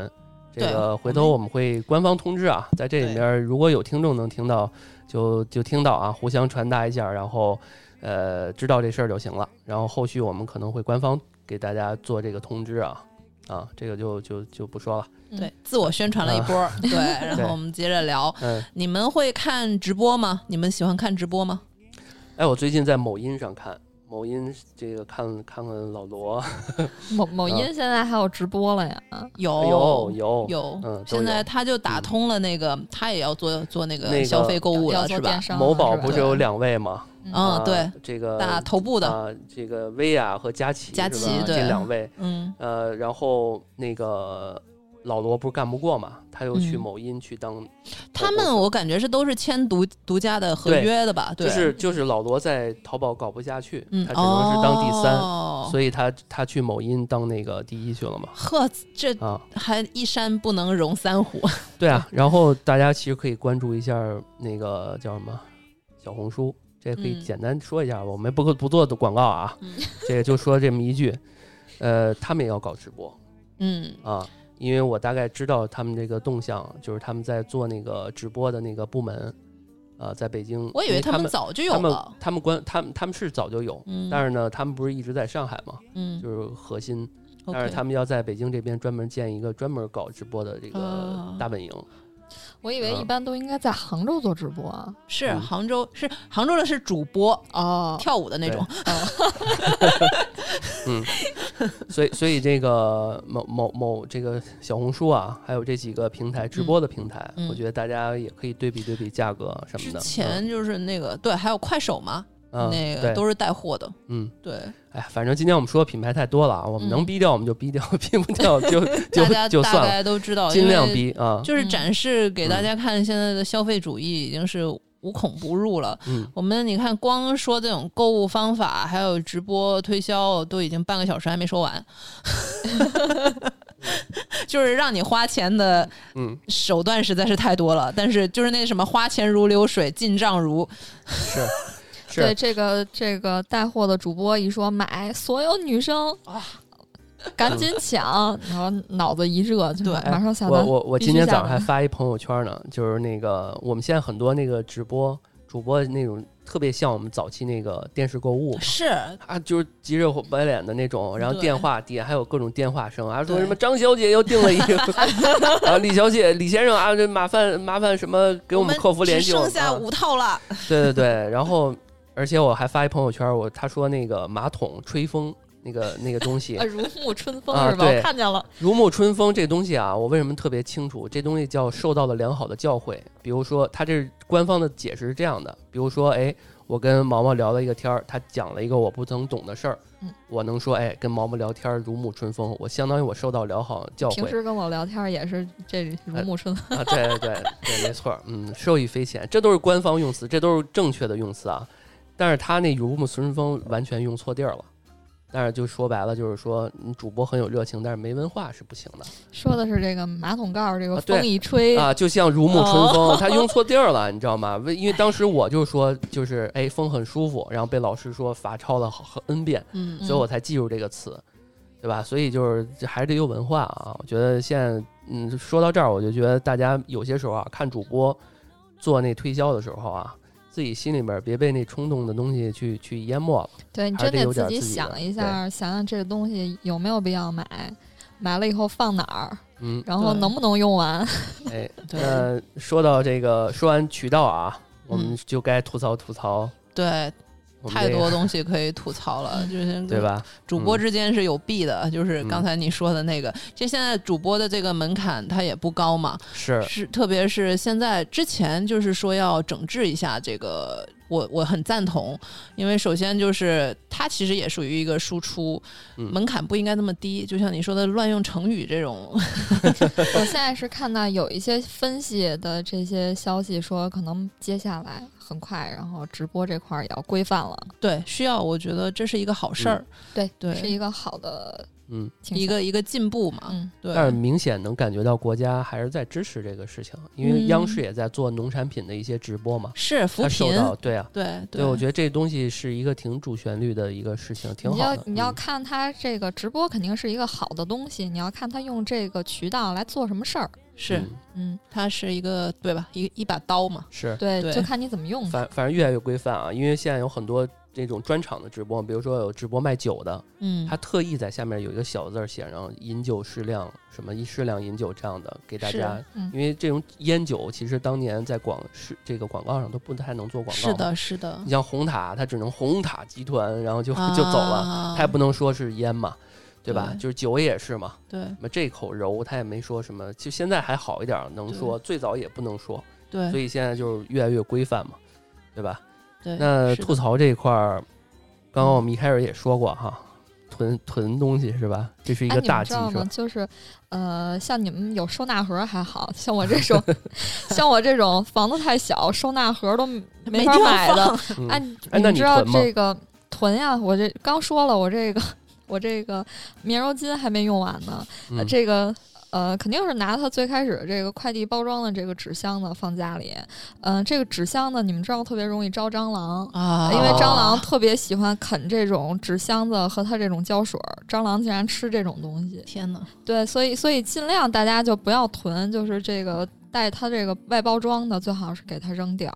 Speaker 4: 这
Speaker 2: 对
Speaker 4: 个回
Speaker 2: 我
Speaker 4: 头
Speaker 2: 们
Speaker 4: 我们会官方通知啊，在这里
Speaker 2: 对
Speaker 4: 面如果有听众能听到，就就听到啊，互相传达一下，然后呃知道这事儿就行了，然后后续我们可能会官方给大家做这个通知啊。啊，这个就就就不说了。
Speaker 3: 嗯
Speaker 2: 对，自我宣传了一波儿，对，然后
Speaker 4: 啊对
Speaker 2: 我们接着聊，
Speaker 4: 嗯，
Speaker 2: 你们会看直播吗？你们喜欢看直播吗？
Speaker 4: 哎，我最近在某音上看，某音这个看看看老罗，
Speaker 3: 某某
Speaker 4: 嗯
Speaker 3: 音现在还有直播了呀，
Speaker 2: 嗯
Speaker 4: 有
Speaker 2: 哦
Speaker 4: 有
Speaker 2: 有，
Speaker 4: 嗯都
Speaker 2: 现在
Speaker 4: 有
Speaker 2: 他就打
Speaker 4: 嗯
Speaker 2: 通了那个，他也要做做那
Speaker 4: 那
Speaker 2: 个
Speaker 4: 个
Speaker 2: 消费购物
Speaker 3: 要
Speaker 2: 了，
Speaker 3: 做
Speaker 2: 是吧
Speaker 3: 电？商了
Speaker 4: 某宝
Speaker 3: 吧
Speaker 4: 不是有两位吗？
Speaker 2: 嗯
Speaker 4: 啊
Speaker 2: 对，
Speaker 4: 这个
Speaker 2: 打头部的，
Speaker 4: 啊，这个薇娅和佳琪，
Speaker 2: 佳
Speaker 4: 是
Speaker 2: 琪
Speaker 4: 吧
Speaker 2: 对
Speaker 4: 这两位，
Speaker 2: 嗯
Speaker 4: 呃，然后那个老罗不是干不过嘛，他又去
Speaker 2: 嗯
Speaker 4: 某音去当头部去，
Speaker 2: 他们我感觉是都是签独独家的合
Speaker 4: 对
Speaker 2: 约的吧？对，
Speaker 4: 就是就是老罗在淘宝搞不下去，
Speaker 2: 嗯，
Speaker 4: 他只能是当第三，
Speaker 2: 哦、
Speaker 4: 所以他他去某音当那个第一去了嘛，
Speaker 2: 呵，这
Speaker 4: 啊，
Speaker 2: 还一山不能容三虎，
Speaker 4: 对啊， 然后大家其实可以关注一下那个叫什么小红书，这可以
Speaker 2: 嗯
Speaker 4: 简单说一下吧。我们不不做的广告啊，
Speaker 2: 嗯
Speaker 4: 这个就说这么一句，呃，他们也要搞直播
Speaker 2: 嗯
Speaker 4: 啊，因为我大概知道他们这个动向，就是他们在做那个直播的那个部门，呃，在北京，
Speaker 2: 我以
Speaker 4: 因
Speaker 2: 为
Speaker 4: 为
Speaker 2: 他
Speaker 4: 们
Speaker 2: 早就有
Speaker 4: 他们
Speaker 2: 了，
Speaker 4: 他们关他们他们是早就有，
Speaker 2: 嗯，
Speaker 4: 但是呢，他们不是一直在上海嘛，
Speaker 2: 嗯，
Speaker 4: 就是核心，但
Speaker 2: OK
Speaker 4: 是他们要在北京这边专门建一个专门搞直播的这个
Speaker 2: 啊
Speaker 4: 大本营。
Speaker 3: 我以为一般都应该在杭州做直播啊。
Speaker 2: 是
Speaker 4: 嗯啊
Speaker 2: 杭州，是杭州的是主播
Speaker 3: 哦，
Speaker 2: 跳舞的那种，
Speaker 4: 嗯 所以，所以这个某某某这个小红书啊，还有这几个平台直播的平台，
Speaker 2: 嗯
Speaker 4: 我觉得大家也可以对比对比价格什么
Speaker 2: 之
Speaker 4: 的。
Speaker 2: 前就是那个对，还有快手嘛，
Speaker 4: 嗯，
Speaker 2: 那
Speaker 4: 嗯
Speaker 2: 个
Speaker 4: 对
Speaker 2: 都是带货的，
Speaker 4: 嗯，
Speaker 2: 对，
Speaker 4: 哎呀，反正今天我们说的品牌太多了啊，我们能
Speaker 2: 嗯
Speaker 4: 逼掉我们就逼掉， 逼不掉就 就
Speaker 2: 大家
Speaker 4: 就
Speaker 2: 大
Speaker 4: 算了，
Speaker 2: 概都知道，
Speaker 4: 尽量
Speaker 2: 因为
Speaker 4: 逼啊。
Speaker 2: 就是
Speaker 3: 嗯
Speaker 2: 展示给大家看现在的消费主义已经是无孔不入了。
Speaker 4: 嗯，
Speaker 2: 我们你看，光说这种购物方法，还有直播推销，都已经半个小时还没说 完，就是让你花钱的
Speaker 4: 嗯，
Speaker 2: 手段实在是太多了。但是就是那什么花钱如流水，进账如
Speaker 4: 是是，
Speaker 3: 对这个这个带货的主播一说买，所有女生
Speaker 2: 啊
Speaker 3: 赶紧抢，然后脑子一热就
Speaker 2: 对
Speaker 3: 马马上下
Speaker 4: 哎我
Speaker 3: 单。
Speaker 4: 我我
Speaker 3: 必
Speaker 4: 今
Speaker 3: 须
Speaker 4: 天
Speaker 3: 下
Speaker 4: 早上还
Speaker 3: 单
Speaker 4: 发一朋友圈呢，就是那个我们现在很多那个直播主播那种特别像我们早期那个电视购物 嘛
Speaker 2: 是
Speaker 4: 啊，就是急着白脸的那种，然后
Speaker 2: 对
Speaker 4: 电话点还有各种电话声啊，说
Speaker 2: 对
Speaker 4: 什么张小姐又订了一 个，啊李小姐李先生啊，这麻烦麻烦什么给我们客服联系
Speaker 2: 只剩
Speaker 4: 我们
Speaker 2: 下
Speaker 4: 啊
Speaker 2: 五套了，
Speaker 4: 对对对，然后而且我还发一朋友圈，我他说那个马桶吹风那个那个东西
Speaker 3: 啊，，如沐春风
Speaker 4: 啊
Speaker 3: 是吧？
Speaker 4: 对
Speaker 3: 我看见了，
Speaker 4: 如沐春风这东西啊，我为什么特别清楚？这东西叫受到了良好的教诲。比如说，他这官方的解释是这样的，比如说，哎，我跟毛毛聊了一个天儿，他讲了一个我不曾懂的事儿，
Speaker 3: 嗯
Speaker 4: 我能说，哎，跟毛毛聊天儿如沐春风，我相当于我受到良好教
Speaker 3: 平
Speaker 4: 诲
Speaker 3: 时跟我聊天也是这如沐春风。
Speaker 4: 啊！对对对对，没错儿，嗯，受益匪浅，这都是官方用词，这都是正确的用词啊。但是他那如沐春风完全用错地儿了。但是就说白了，就是说你主播很有热情，但是没文化是不行的。
Speaker 3: 说的是这个马桶盖儿，这个
Speaker 4: 啊对
Speaker 3: 风一吹，
Speaker 4: 啊，就像如沐
Speaker 2: 哦
Speaker 4: 春风，他用错地儿了，你知道吗？为因为当时我就说，就是哎，风很舒服，然后被老师说罚抄了好 n 遍，
Speaker 2: 嗯
Speaker 4: 所以我才记住这个词，对吧？所以就是这还是得有文化啊。我觉得现在，嗯，说到这儿，我就觉得大家有些时候啊，看主播做那推销的时候啊，自己心里边儿别被那冲动的东西去去淹没了。
Speaker 3: 对你
Speaker 4: 还是
Speaker 3: 真
Speaker 4: 得有
Speaker 3: 自
Speaker 4: 点
Speaker 3: 己
Speaker 4: 自己的
Speaker 3: 想一下，想想这个东西有没有必要买，买了以后放哪儿，
Speaker 4: 嗯，
Speaker 3: 然后
Speaker 2: 对
Speaker 3: 能不能用完？
Speaker 4: 哎，
Speaker 2: 对
Speaker 4: 那说到这个，说完渠道啊，我们
Speaker 2: 嗯
Speaker 4: 就该吐槽吐槽
Speaker 2: 对，
Speaker 4: 呃我们
Speaker 2: 太
Speaker 4: 这个
Speaker 2: 多东西可以吐槽了，就是
Speaker 4: 对吧？
Speaker 2: 主播之间是有弊
Speaker 4: 嗯
Speaker 2: 的，就是刚才你说的那个，这现在主播的这个门槛它也不高嘛，
Speaker 4: 是，
Speaker 2: 是特别是现在之前就是说要整治一下这个，我我很赞同，因为首先就是它其实也属于一个输出，
Speaker 4: 嗯
Speaker 2: 门槛不应该那么低，就像你说的乱用成语这种，
Speaker 3: 我现在是看到有一些分析的这些消息说，可能接下来很快，然后直播这块儿也要规范了，
Speaker 2: 对，需要我觉得这是一个好事儿，
Speaker 3: 对
Speaker 2: 对
Speaker 3: 是一个好的
Speaker 4: 嗯。
Speaker 3: 倾
Speaker 2: 一
Speaker 3: 向
Speaker 2: 个一个进步嘛，
Speaker 3: 嗯，
Speaker 2: 对，
Speaker 4: 但是明显能感觉到国家还是在支持这个事情，因为央
Speaker 2: 嗯
Speaker 4: 视也在做农产品的一些直播嘛，
Speaker 2: 是扶
Speaker 4: 它受
Speaker 2: 贫，
Speaker 4: 到对啊，
Speaker 2: 对
Speaker 4: 对，我觉得这东西是一个挺主旋律的一个事情，挺
Speaker 3: 你
Speaker 4: 好
Speaker 3: 要
Speaker 4: 的。
Speaker 3: 你要
Speaker 4: 嗯
Speaker 3: 看他这个直播肯定是一个好的东西，你要看他用这个渠道来做什么事儿。
Speaker 2: 是
Speaker 4: 嗯
Speaker 3: 嗯，
Speaker 2: 它是一个对吧，一一把刀嘛，
Speaker 4: 是，
Speaker 3: 对，
Speaker 2: 对
Speaker 3: 就看你怎么用它。
Speaker 4: 反反正越来越规范啊，因为现在有很多这种专场的直播，比如说有直播卖酒的，
Speaker 2: 嗯
Speaker 4: 他，特意在下面有一个小字儿写上“饮酒适量”什么“一适量饮酒”这样的给大
Speaker 2: 是啊
Speaker 4: 家，
Speaker 3: 嗯
Speaker 4: 因为这种烟酒其实当年在广是这个广告上都不太能做广告，
Speaker 2: 是的，是的
Speaker 4: 你，像红塔，它只能红塔集团，然后就 就走了，
Speaker 2: 啊
Speaker 4: 它也不能说是烟嘛，对吧？
Speaker 2: 对
Speaker 4: 就是酒也是嘛，
Speaker 2: 对
Speaker 4: 那这口柔它也没说什么，就现在还好一点儿能
Speaker 2: 对
Speaker 4: 说，最早也不能说，
Speaker 2: 对
Speaker 4: 所以现在就是越来越规范嘛，对吧？
Speaker 2: 对。
Speaker 4: 那
Speaker 2: 是的
Speaker 4: 吐槽这一块儿，刚刚我们
Speaker 3: 嗯
Speaker 4: 一开始也说过哈，囤囤东西是吧？这是一
Speaker 3: 哎，
Speaker 4: 个
Speaker 3: 你们
Speaker 4: 大
Speaker 3: 知
Speaker 4: 忌
Speaker 3: 道
Speaker 4: 是
Speaker 3: 吗
Speaker 4: 吧？？
Speaker 3: 就是，呃，像你们有收纳盒还好像我这种， 像我这种房子太小，收纳盒都没法
Speaker 2: 地方
Speaker 3: 买的。
Speaker 4: 嗯
Speaker 3: 哎，
Speaker 4: 哎那
Speaker 3: 们
Speaker 4: 你
Speaker 3: 知道
Speaker 4: 囤吗
Speaker 3: 这个囤呀？我这刚说了，我这个我这个棉柔巾还没用完呢。呃
Speaker 4: 嗯
Speaker 3: 这个呃，肯定是拿它最开始这个快递包装的这个纸箱呢放家里。嗯、这个纸箱呢，你们知道特别容易招蟑螂。
Speaker 2: 啊，
Speaker 3: 因为蟑螂特别喜欢啃这种纸箱子和它这种胶水儿，蟑螂竟然吃这种东西。
Speaker 2: 天哪，
Speaker 3: 对，所以所以尽量大家就不要囤，就是这个带它这个外包装的，最好是给它扔掉。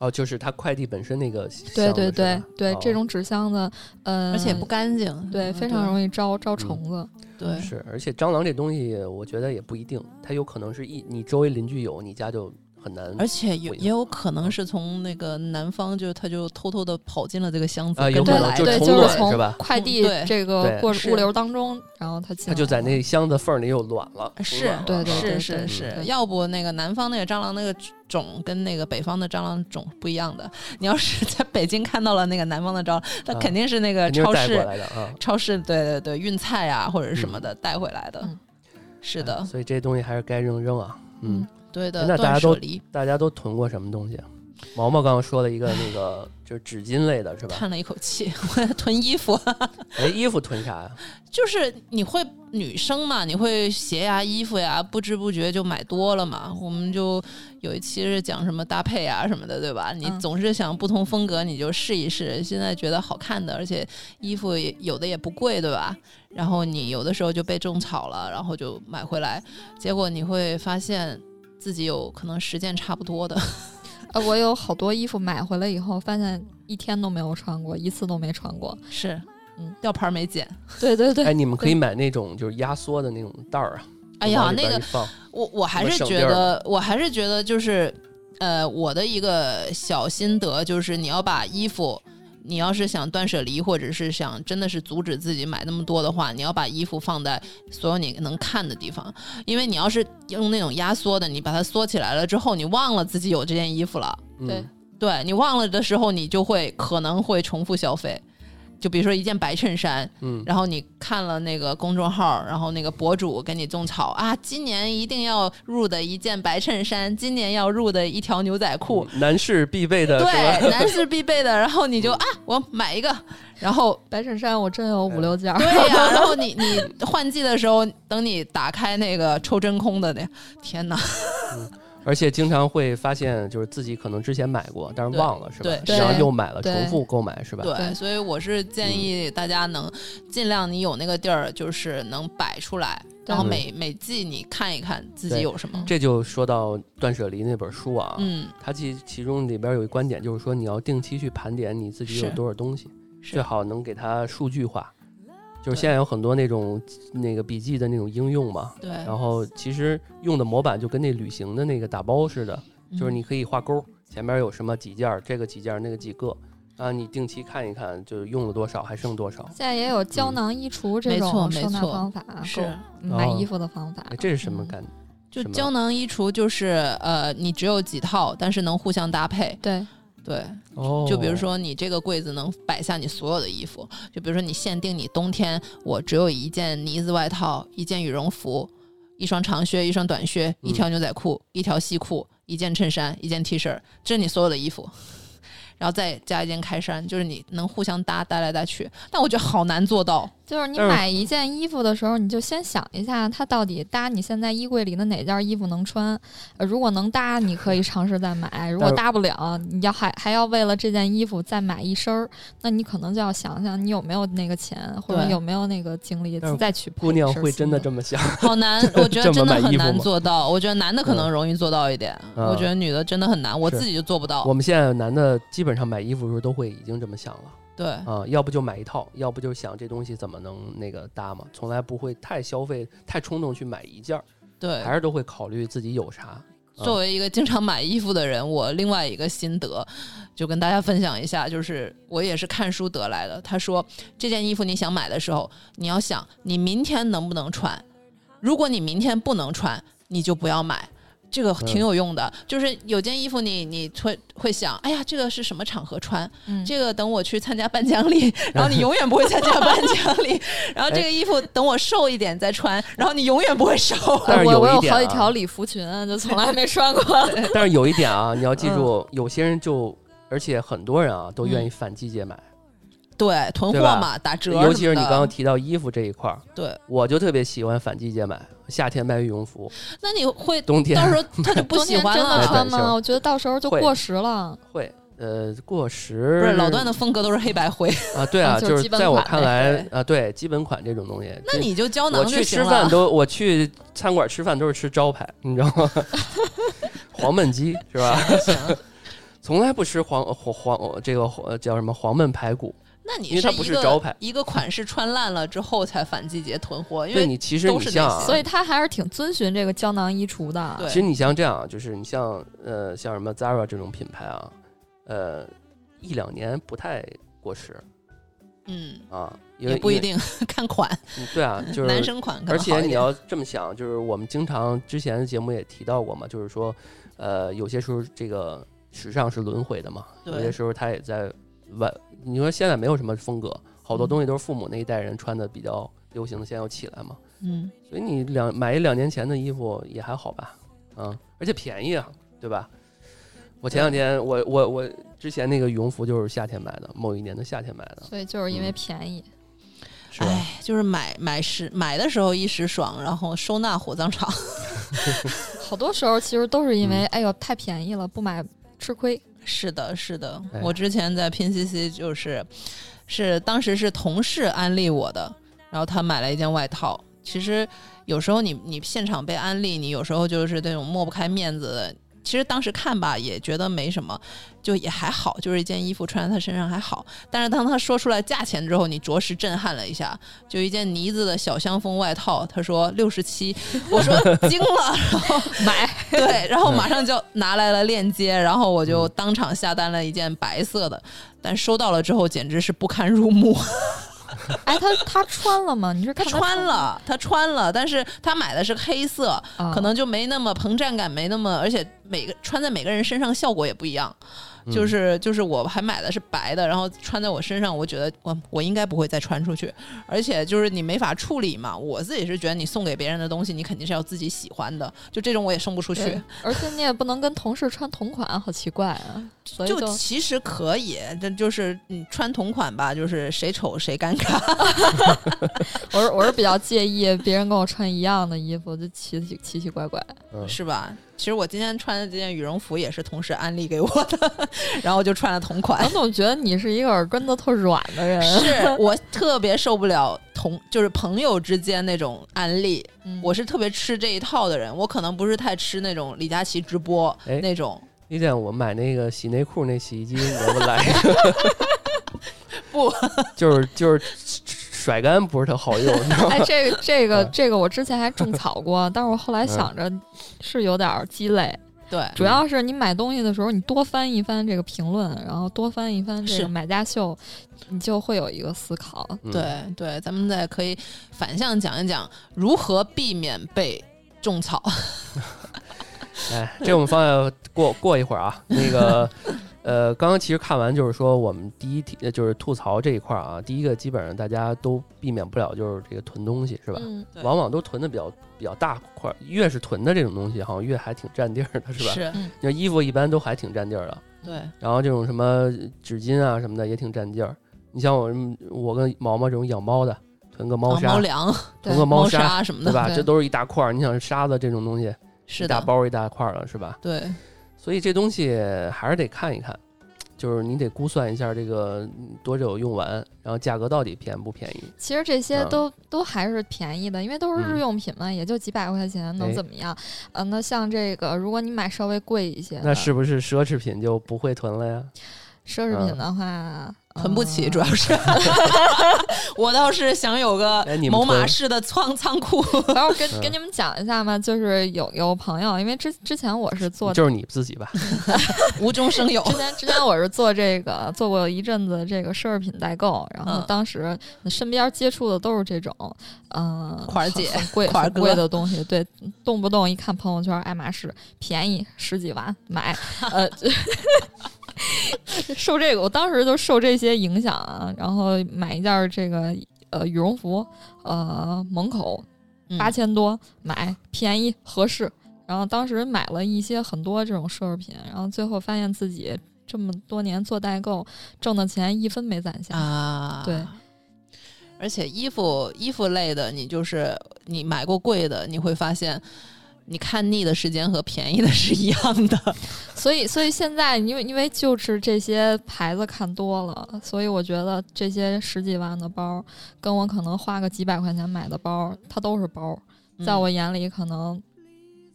Speaker 4: 哦，就是它快递本身那个
Speaker 3: 对
Speaker 4: 箱子
Speaker 3: 对
Speaker 4: 是
Speaker 3: 对
Speaker 4: 吧
Speaker 3: 对
Speaker 4: 哦，
Speaker 3: 这种纸箱子，嗯，
Speaker 2: 而且不干净，嗯
Speaker 4: 嗯
Speaker 3: 对，非常容易招招虫子。
Speaker 2: 对，
Speaker 4: 是，而且蟑螂这东西，我觉得也不一定，它有可能是一你周围邻居有，你家就很难。
Speaker 2: 而且有
Speaker 4: 不一样
Speaker 2: 也有可能是从那个南方就他就偷偷的跑进了这个箱子，
Speaker 4: 啊有
Speaker 2: 跟
Speaker 4: 可
Speaker 2: 着
Speaker 4: 能
Speaker 2: 来
Speaker 4: 就
Speaker 2: 的
Speaker 3: 对，
Speaker 4: 重
Speaker 3: 就
Speaker 4: 卵
Speaker 3: 是从
Speaker 4: 是吧
Speaker 3: 快递
Speaker 2: 嗯对
Speaker 3: 这个
Speaker 4: 对
Speaker 3: 过
Speaker 2: 是
Speaker 3: 物流当中，然后它进
Speaker 4: 它
Speaker 3: 来
Speaker 4: 就在
Speaker 3: 了
Speaker 4: 那箱子缝儿里有卵了。
Speaker 2: 啊是
Speaker 4: 嗯
Speaker 3: 对对对
Speaker 2: 是
Speaker 3: 对
Speaker 2: 是是
Speaker 3: 对，
Speaker 2: 要不那个南方那个蟑螂那个种跟那个北方的蟑螂种不一样的。你要是 在北京看到了那个南方的蟑螂，那
Speaker 4: 啊
Speaker 2: 肯定是那个
Speaker 4: 肯定是
Speaker 2: 超
Speaker 4: 带过
Speaker 2: 市
Speaker 4: 来的啊。
Speaker 2: 超市对对对运菜啊或者什么的带回来的
Speaker 3: 嗯。
Speaker 2: 是
Speaker 4: 哎
Speaker 2: 的，
Speaker 4: 所以这东西还是该扔扔啊。嗯，
Speaker 2: 对的，
Speaker 4: 那大
Speaker 2: 断
Speaker 4: 家
Speaker 2: 舍
Speaker 4: 都
Speaker 2: 离
Speaker 4: 大家都囤过什么东西啊？毛毛刚刚说了一个那个 就是纸巾类的是吧？
Speaker 2: 叹了一口气， 我囤衣服。啊
Speaker 4: 哎，衣服囤啥 呀？
Speaker 2: 就是你会女生嘛，你会鞋呀、衣服呀，不知不觉就买多了嘛。我们就有一期是讲什么搭配啊什么的，对吧？你
Speaker 3: 嗯
Speaker 2: 总是想不同风格，你就试一试。现在觉得好看的，而且衣服也有的也不贵，对吧？然后你有的时候就被种草了，然后就买回来，结果你会发现自己有可能十件差不多的。
Speaker 3: 呃，我有好多衣服买回来以后，发现一天都没有穿过，一次都没穿过。
Speaker 2: 是，
Speaker 3: 嗯，
Speaker 2: 吊牌没剪。
Speaker 3: 对对对，
Speaker 4: 哎，你们可以买那种就是压缩的那种袋儿啊。
Speaker 2: 哎呀
Speaker 4: 往，里
Speaker 2: 那
Speaker 4: 边
Speaker 2: 个
Speaker 4: 一放
Speaker 2: 我我还
Speaker 4: 么
Speaker 2: 是
Speaker 4: 省
Speaker 2: 觉
Speaker 4: 地儿
Speaker 2: 得，我还是觉得就是，呃，我的一个小心得就是，你要把衣服，你要是想断舍离，或者是想真的是阻止自己买那么多的话，你要把衣服放在所有你能看的地方，因为你要是用那种压缩的，你把它缩起来了之后，你忘了自己有这件衣服了，
Speaker 4: 嗯
Speaker 3: 对
Speaker 2: 对你忘了的时候，你就会可能会重复消费。就比如说一件白衬衫，
Speaker 4: 嗯，
Speaker 2: 然后你看了那个公众号，然后那个博主给你种草啊，今年一定要入的一件白衬衫，今年要入的一条牛仔裤，
Speaker 4: 男士必备的是吧？
Speaker 2: 对， 男士必备的。然后你
Speaker 4: 嗯
Speaker 2: 就啊，我买一个，然后
Speaker 3: 白衬衫我真有
Speaker 4: 嗯
Speaker 3: 五六件儿。
Speaker 2: 对呀、然后你你换季的时候，等你打开那个抽真空的那，天哪，
Speaker 4: 而且经常会发现，就是自己可能之前买过，但是忘了是吧？
Speaker 2: 对
Speaker 4: 然后
Speaker 3: 对
Speaker 4: 又买了，
Speaker 3: 对
Speaker 4: 重复购买是吧？嗯
Speaker 2: 对，所以我是建议大家能尽量你有那个地儿，就是能摆出来，然后
Speaker 4: 对
Speaker 2: 每每季你看一看自己
Speaker 4: 对
Speaker 2: 有什么，
Speaker 4: 这就说到《断舍离》那本书啊，
Speaker 2: 嗯，
Speaker 4: 它其其中里边有一观点，就是说你要定期去盘点你自己有
Speaker 2: 是
Speaker 4: 多少东西，
Speaker 2: 是
Speaker 4: 最好能给它数据化。就是
Speaker 2: 对
Speaker 4: 现在有很多那种那个笔记的那种应用嘛，
Speaker 2: 对，
Speaker 4: 然后其实用的模板就跟那旅行的那个打包似的，就是
Speaker 2: 嗯
Speaker 4: 你可以画勾，前面有什么几件儿，这个几件儿，那个几个，啊，你定期看一看，就是用了多少，还剩多少，
Speaker 3: 现在也有胶囊衣橱这
Speaker 2: 没错
Speaker 3: 种
Speaker 2: 没
Speaker 3: 收纳
Speaker 2: 错
Speaker 3: 方法，
Speaker 2: 是
Speaker 3: 购买
Speaker 4: 哦
Speaker 3: 衣服的方法
Speaker 4: 哎。这是什么
Speaker 3: 嗯
Speaker 4: 感？
Speaker 2: 就
Speaker 4: 什么
Speaker 2: 胶囊衣橱就是呃，你只有几套，但是能互相搭配。
Speaker 3: 对，
Speaker 2: 对，
Speaker 4: 哦
Speaker 2: 就比如说你这个柜子能摆下你所有的衣服，就比如说你限定你冬天我只有一件呢子外套、一件羽绒服、一双长靴、一双短靴、一
Speaker 4: 嗯
Speaker 2: 条牛仔裤、一条西裤、一件衬衫、一件 T 恤，这是你所有的衣服。然后再加一件开衫，就是你能互相搭搭来搭去，但我觉得好难做到。
Speaker 3: 就是你
Speaker 4: 但是
Speaker 3: 买一件衣服的时候，你就先想一下，它到底搭你现在衣柜里的哪件衣服能穿。呃如果能搭，你可以尝试再买；如果
Speaker 4: 但是
Speaker 3: 搭不了，你要还还要为了这件衣服再买一身儿，那你可能就要想想你有没有那个钱，或者
Speaker 2: 对
Speaker 3: 有没有那个精力
Speaker 4: 但是
Speaker 3: 再去。
Speaker 4: 姑娘会真的这
Speaker 3: 么？
Speaker 4: 么想，
Speaker 2: 好难，我觉得
Speaker 4: 这么
Speaker 2: 真的
Speaker 4: 买
Speaker 2: 很
Speaker 4: 衣服
Speaker 2: 难
Speaker 4: 吗
Speaker 2: 做到。我觉得男的可能
Speaker 4: 嗯
Speaker 2: 容易做到一点，
Speaker 4: 嗯
Speaker 2: 我觉得女的真的很难，我
Speaker 4: 是
Speaker 2: 自己就做不到
Speaker 4: 我。们现在男的基本上买衣服的时候都会已经这么想了
Speaker 2: 对，
Speaker 4: 啊，要不就买一套，要不就想这东西怎么能那个搭嘛，从来不会太消费、太冲动去买一件儿，
Speaker 2: 对，
Speaker 4: 还是都会考虑自己有啥。
Speaker 2: 作为一个经常买衣服的人，我另外一个心得就跟大家分享一下，就是我也是看书得来的。他说，这件衣服你想买的时候，你要想你明天能不能穿，如果你明天不能穿，你就不要买。这
Speaker 4: 嗯
Speaker 2: 个挺有用的，就是有件衣服你你会会想，哎呀，这个是什么场合穿？
Speaker 3: 嗯，
Speaker 2: 这个等我去参加颁奖礼，然后你永远不会参加颁奖 礼，然后这个衣服等我瘦一点再穿，然后你永远不会 瘦。
Speaker 4: 但是
Speaker 3: 我
Speaker 4: 有
Speaker 3: 我
Speaker 4: 一
Speaker 3: 有
Speaker 4: 点
Speaker 3: 好几
Speaker 4: 啊
Speaker 3: 条礼服裙，就从来没穿 过。
Speaker 4: 但是有一点啊，你要记
Speaker 2: 嗯
Speaker 4: 住，有些人就，而且很多人啊都愿意反季节买，
Speaker 2: 对，囤货
Speaker 4: 对吧
Speaker 2: 嘛，打嗯折什么的。
Speaker 4: 尤其是你刚刚提到衣服这一块儿，
Speaker 2: 对，
Speaker 4: 我就特别喜欢反季节买，夏天买羽绒服，
Speaker 2: 那你会
Speaker 4: 冬天
Speaker 2: 到时候他就不
Speaker 3: 冬
Speaker 2: 喜
Speaker 3: 天
Speaker 2: 欢啊
Speaker 3: 真的
Speaker 2: 了。
Speaker 3: 穿吗？我觉得到时候就
Speaker 4: 哎会
Speaker 3: 过时了。
Speaker 4: 会呃过
Speaker 2: 不
Speaker 4: 时
Speaker 2: 是老段的风格都是黑白灰，
Speaker 4: 啊，对
Speaker 2: 嗯
Speaker 4: 啊，
Speaker 3: 啊就是
Speaker 4: 就是
Speaker 3: 基本
Speaker 4: 在我
Speaker 3: 款
Speaker 4: 看
Speaker 3: 呗
Speaker 4: 来啊，对基本款这种东西，
Speaker 2: 那你就胶
Speaker 4: 这我
Speaker 2: 囊就
Speaker 4: 去
Speaker 2: 行
Speaker 4: 吃饭
Speaker 2: 了。
Speaker 4: 都我去餐馆吃饭都是吃招牌，你知道吗？ 黄焖鸡是 吧？从来不吃黄黄黄这个黄叫什么黄焖排骨，
Speaker 2: 那
Speaker 4: 因
Speaker 2: 你
Speaker 4: 为它
Speaker 2: 一
Speaker 4: 不是
Speaker 2: 个
Speaker 4: 招牌
Speaker 2: 一个款式穿烂了之后才反季节囤货，因
Speaker 4: 对
Speaker 2: 为
Speaker 4: 你其实
Speaker 2: 都
Speaker 4: 你
Speaker 2: 是
Speaker 4: 像
Speaker 2: 那
Speaker 4: 啊
Speaker 2: 些
Speaker 3: 所以他还是挺遵循这个胶囊衣橱的。
Speaker 2: 对
Speaker 4: 其实你像这样，啊就是你像呃像什么 Zara 这种品牌啊，呃一两年不太过时
Speaker 2: 嗯
Speaker 4: 啊，因为
Speaker 2: 也不一。
Speaker 4: 因
Speaker 2: 定看款，
Speaker 4: 为 对啊，就是
Speaker 2: 男生款可
Speaker 4: 而
Speaker 2: 能好
Speaker 4: 且
Speaker 2: 一
Speaker 4: 你
Speaker 2: 点。
Speaker 4: 要这么想，就是我们经常之前的节目也提到过嘛，就是说，呃，有些时候这个时尚是轮回的嘛，有
Speaker 2: 对
Speaker 4: 些时候它也在完。你说现在没有什么风格，好多
Speaker 2: 嗯
Speaker 4: 东西都是父母那一代人穿的比较流行的，现在又起来嘛。
Speaker 2: 嗯，
Speaker 4: 所以你两买一两年前的衣服也还好吧，啊，而且便宜啊，对吧？我前两天我我我之前那个羽绒服就是夏天买的，某一年的夏天买的，
Speaker 3: 所以就是因为
Speaker 4: 嗯
Speaker 3: 便宜，
Speaker 4: 是吧？
Speaker 2: 哎，就是买买时买的时候一时爽，然后收纳火葬场。
Speaker 3: 好多时候其实都是因为、哎呦太便宜了，不买吃亏。
Speaker 2: 是的，是的，
Speaker 4: 哎
Speaker 2: 我之前在拼夕夕就是是当时是同事安利我的，然后他买了一件外套。其实有时候你你现场被安利，你有时候就是那种抹不开面子的。其实当时看吧，也觉得没什么，就也还好，就是一件衣服穿在他身上还好。但是当他说出来价钱之后，你着实震撼了一下。就一件呢子的小香风外套，他说六十七，我说惊了，然后
Speaker 3: 买
Speaker 2: 对，然后马上就拿来了链接，然后我就当场下单了一件白色的，但收到了之后简直是不堪入目。
Speaker 3: 哎，他他穿了吗？你 是
Speaker 2: 他
Speaker 3: 看
Speaker 2: 穿了，他穿了，但是他买的是黑色，
Speaker 3: 穿吗，
Speaker 2: 可能就没那么膨胀感，没那么，而且每个穿在每个人身上效果也不一样。就是就是我还买的是白的，然后穿在我身上，我觉得我我应该不会再穿出去，而且就是你没法处理嘛。我自己是觉得你送给别人的东西，你肯定是要自己喜欢的，就这种我也送不出
Speaker 3: 不
Speaker 2: 去。
Speaker 3: 而且你也不能跟同事穿同款，好奇怪啊。所以
Speaker 2: 就
Speaker 3: 就
Speaker 2: 其实可以，这就是你穿同款吧，就是谁丑谁尴尬。
Speaker 3: 我是我是比较介意别人跟我穿一样的衣服，就奇奇奇奇怪怪。
Speaker 4: 嗯，
Speaker 2: 是吧？其实我今天穿的这件羽绒服也是同事安利给我的， 然后就穿了同款
Speaker 3: 我。总觉得你是一个耳根子特软的
Speaker 2: 啊
Speaker 3: 人。
Speaker 2: 是我特别受不了同就是朋友之间那种安利，
Speaker 3: 嗯
Speaker 2: 我是特别吃这一套的人。我可能不是太吃那种李佳琦直播
Speaker 4: 哎
Speaker 2: 那种，
Speaker 4: 那天我买那个洗内裤那洗衣机，你能不能来？
Speaker 2: 不，
Speaker 4: 就是就是甩干不是特好用，你知道吗
Speaker 3: 哎，？这个这个
Speaker 4: 嗯
Speaker 3: 这个，我之前还种草过，但是我后来想着是有点儿鸡肋。
Speaker 2: 对，
Speaker 4: 嗯
Speaker 3: 主要是你买东西的时候，你多翻一翻这个评论，然后多翻一翻这
Speaker 2: 是
Speaker 3: 个买家秀，你就会有一个思考。
Speaker 4: 嗯，
Speaker 2: 对对，咱们再可以反向讲一讲如何避免被种草。
Speaker 4: 哎，这我们放在过过一会儿啊。那个，呃，刚刚其实看完就是说，我们第一题呃就是吐槽这一块儿啊，第一个基本上大家都避免不了就是这个囤东西，是吧？
Speaker 3: 嗯，
Speaker 2: 对
Speaker 4: 往往都囤的比较比较大块儿，越是囤的这种东西，好像越还挺占地儿的，是吧？
Speaker 2: 是
Speaker 4: 你看衣服一般都还挺占地儿的，
Speaker 2: 对，
Speaker 4: 然后这种什么纸巾啊什么的也挺占地儿。你像我，我跟毛毛这种养猫的，囤个猫
Speaker 2: 啊
Speaker 4: 砂，
Speaker 2: 猫粮、
Speaker 4: 囤
Speaker 3: 对
Speaker 4: 个，猫砂，
Speaker 2: 什么
Speaker 4: 对
Speaker 2: 的，
Speaker 4: 吧？
Speaker 3: 对
Speaker 4: 这都是一大块儿。你想沙子这种东西，
Speaker 2: 是
Speaker 4: 一大
Speaker 2: 的，
Speaker 4: 包儿一大块儿了，是吧？
Speaker 2: 对，
Speaker 4: 所以这东西还是得看一看，就是你得估算一下这个嗯多久用完，然后价格到底便不便宜。
Speaker 3: 其实这些
Speaker 4: 嗯
Speaker 3: 都、都还是便宜的，因为都是日用品嘛，也就几百块钱，能
Speaker 4: 哎
Speaker 3: 怎么样？呃，那像这个，如果你买稍微贵一些的，
Speaker 4: 那是不是奢侈品就不会囤了呀？
Speaker 3: 奢侈品的话，
Speaker 2: 囤不起，
Speaker 3: 呃
Speaker 2: 主要是。 我倒是想有个
Speaker 4: 哎你们
Speaker 2: 某马
Speaker 4: 囤
Speaker 2: 式的仓仓库，
Speaker 3: 然后跟
Speaker 4: 嗯
Speaker 3: 跟你们讲一下嘛，就是有有朋友，因为之之前我是做，之
Speaker 4: 就是你自己吧，
Speaker 2: 无中生有。
Speaker 3: 前之前我是做这个 做过一阵子这个奢侈品代购，然后
Speaker 2: 嗯
Speaker 3: 当时身边接触的都是这种，嗯、
Speaker 2: 款儿姐
Speaker 3: 很很贵
Speaker 2: 款儿
Speaker 3: 很
Speaker 2: 哥
Speaker 3: 贵的东西，对，动不动一看朋友圈爱马仕便宜十几万买，呃。 受这个，我当时就受这些影响啊，然后买一件儿这个呃羽绒服，呃门口八
Speaker 2: 嗯
Speaker 3: 千多买，便宜合适。然后当时买了一些很多这种奢侈品，然后最后发现自己这么多年做代购挣的钱一分没攒下。
Speaker 2: 啊，
Speaker 3: 对。
Speaker 2: 而且衣服衣服类的，你就是你买过贵的，你会发现。你看腻的时间和便宜的是一样的，
Speaker 3: 所以，所以现在因为因为就是这些牌子看多了，所以我觉得这些十几万的包，跟我可能花个几百块钱买的包，
Speaker 2: 嗯
Speaker 3: 它都是包，在我眼里可能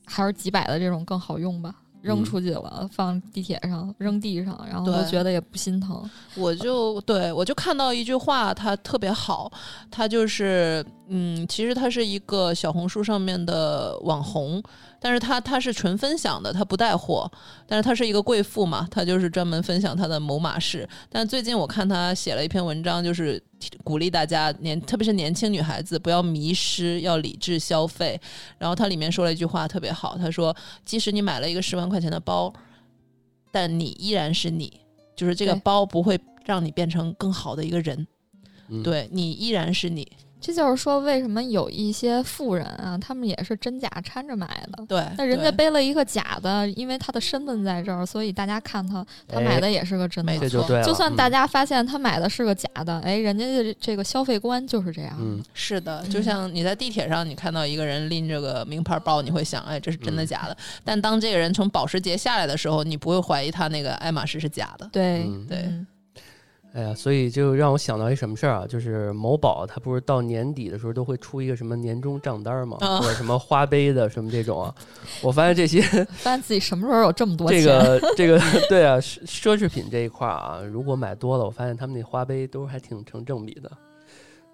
Speaker 3: 还是几百的这种更好用吧。扔
Speaker 4: 嗯
Speaker 3: 出去了，放地铁上，扔地上，然后都
Speaker 2: 对
Speaker 3: 觉得也不心疼。
Speaker 2: 我就对我就看到一句话，它特别好，它就是嗯，其实它是一个小红书上面的网红，但是它它是纯分享的，它不带货，但是她是一个贵妇嘛，她就是专门分享她的某马事。但最近我看她写了一篇文章，就是提鼓励大家年，特别是年轻女孩子不要迷失，要理智消费。然后她里面说了一句话特别好，她说：“即使你买了一个十万块钱的包，但你依然是你，就是这个
Speaker 3: 对
Speaker 2: 包不会让你变成更好的一个人。
Speaker 4: 嗯，
Speaker 2: 对你依然是你，
Speaker 3: 这就是说，为什么有一些富人啊，他们也是真假掺着买的。
Speaker 2: 对。
Speaker 3: 那人家
Speaker 2: 对
Speaker 3: 背了一个假的，因为他的身份在这儿，所以大家看他，他
Speaker 4: 哎
Speaker 3: 买的也是个真的。
Speaker 2: 没
Speaker 4: 这就
Speaker 2: 错
Speaker 4: 对了。
Speaker 3: 就算
Speaker 4: 嗯
Speaker 3: 大家发现他买的是个假的，哎，人家这这个消费观就是这样。
Speaker 4: 嗯，
Speaker 2: 是的，就像你在地铁上，你看到一个人拎着个名牌包，你会想，哎，这是真的
Speaker 4: 嗯
Speaker 2: 假的？但当这个人从保时捷下来的时候，你不会怀疑他那个爱马仕是假的。
Speaker 3: 对
Speaker 4: 嗯
Speaker 2: 对
Speaker 3: 嗯
Speaker 4: 哎呀，所以就让我想到一什么事儿啊，就是某宝它不是到年底的时候都会出一个什么年终账单儿嘛，
Speaker 2: 啊
Speaker 4: 或者什么花呗的什么这种啊。我发现这些
Speaker 3: 发现自己什么时候有这么多钱？呃
Speaker 4: 这个这个对啊，奢奢侈品这一块儿啊，如果买多了，我发现他们那花呗都还挺成正比的，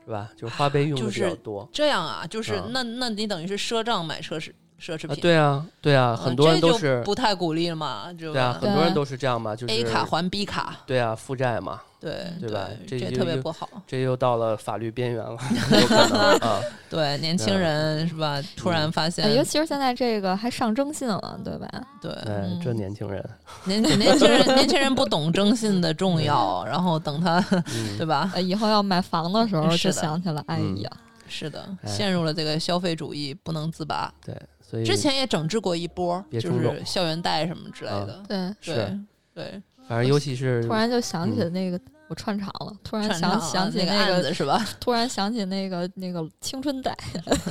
Speaker 4: 是吧？就是花呗用的
Speaker 2: 就
Speaker 4: 比较
Speaker 2: 是
Speaker 4: 多、
Speaker 2: 这样啊，就是、
Speaker 4: 嗯
Speaker 2: 那那你等于是赊账买奢侈奢侈品、
Speaker 4: 啊，对啊，对啊，
Speaker 2: 嗯，
Speaker 4: 很多人
Speaker 2: 这
Speaker 4: 都，
Speaker 2: 就是不太鼓励了嘛，就
Speaker 4: 对啊，
Speaker 2: 吧
Speaker 4: 很多人都是这样嘛，就是
Speaker 2: A 卡还 B 卡，
Speaker 4: 对啊，负债嘛，
Speaker 2: 对
Speaker 4: 对吧
Speaker 2: 这
Speaker 4: 这就
Speaker 2: 特别
Speaker 4: 就
Speaker 2: 不好。
Speaker 4: 这又到了法律边缘了，有可能 啊，嗯
Speaker 2: 对年轻人是吧？突然发现，
Speaker 3: 哎尤其是现在这个还上征信了，对吧？
Speaker 2: 对
Speaker 4: 哎，这
Speaker 3: 嗯
Speaker 4: 年轻人，
Speaker 2: 年年轻 人年轻人不懂征信的重要，然后等他
Speaker 4: 嗯
Speaker 2: 对吧？
Speaker 3: 呃，以后要买房的时候
Speaker 2: 是
Speaker 3: 就
Speaker 2: 的
Speaker 3: 想起了，哎
Speaker 4: 嗯
Speaker 3: 呀，
Speaker 2: 是的，
Speaker 4: 哎
Speaker 2: 陷入了这个消费主义不能自拔。
Speaker 4: 对，所以
Speaker 2: 之前也整治过一波，
Speaker 4: 别
Speaker 2: 就
Speaker 4: 冲
Speaker 2: 是
Speaker 4: 动
Speaker 2: 校园贷什么之类
Speaker 4: 啊
Speaker 2: 的。
Speaker 3: 对，
Speaker 4: 是，
Speaker 2: 对
Speaker 3: 嗯
Speaker 2: 对，
Speaker 4: 反正尤其是
Speaker 3: 突然就想起
Speaker 4: 嗯
Speaker 3: 那个、我串场了，突然
Speaker 2: 串
Speaker 3: 想
Speaker 2: 场
Speaker 3: 想
Speaker 2: 啊
Speaker 3: 起
Speaker 2: 那
Speaker 3: 那
Speaker 2: 案子是 吧？
Speaker 3: 突然想起那个那个青春带、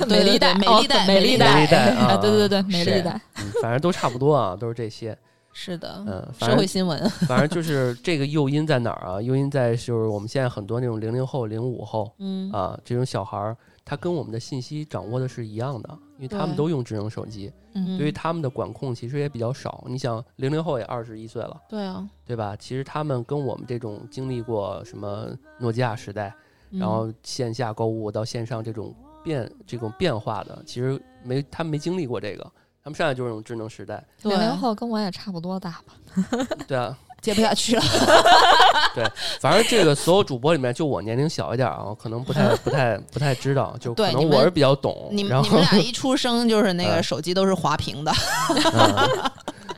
Speaker 2: 对
Speaker 3: 丽带、
Speaker 2: 对
Speaker 3: 哦
Speaker 2: 美丽带
Speaker 3: 美
Speaker 2: 美丽
Speaker 3: 带、
Speaker 4: 美丽带 啊
Speaker 3: 啊， 对对对，美
Speaker 4: 是
Speaker 3: 丽带，
Speaker 4: 嗯反正都差不多啊，都是这些，
Speaker 2: 是的，
Speaker 4: 嗯，反
Speaker 2: 社
Speaker 4: 正
Speaker 2: 会新闻。
Speaker 4: 反正就是这个诱因在哪儿啊？诱因在就是我们现在很多那种零零后、零五后
Speaker 2: 嗯，
Speaker 4: 啊，这种小孩儿，他跟我们的信息掌握的是一样的，因为他们
Speaker 2: 对
Speaker 4: 都用智能手机，
Speaker 3: 嗯
Speaker 4: 对于他们的管控其实也比较少。你想，零零后也二十一岁了，
Speaker 2: 对啊，
Speaker 4: 对吧？其实他们跟我们这种经历过什么诺基亚时代，
Speaker 2: 嗯
Speaker 4: 然后线下购物到线上这种变这种变化的，其实没他们没经历过这个，他们上来就是这种智能时代，
Speaker 3: 零
Speaker 2: 对
Speaker 3: 零后跟我也差不多大吧，
Speaker 4: 对啊。
Speaker 2: 接不下去了。
Speaker 4: 反正这个所有主播里面，就我年龄小一点啊，可能不太、不太、不太知道，就
Speaker 2: 对
Speaker 4: 可能
Speaker 2: 你们
Speaker 4: 我是比较懂。
Speaker 2: 你们
Speaker 4: 然
Speaker 2: 你们
Speaker 4: 后，
Speaker 2: 俩一出生就是那个
Speaker 4: 嗯
Speaker 2: 手机都是滑屏的，
Speaker 4: 嗯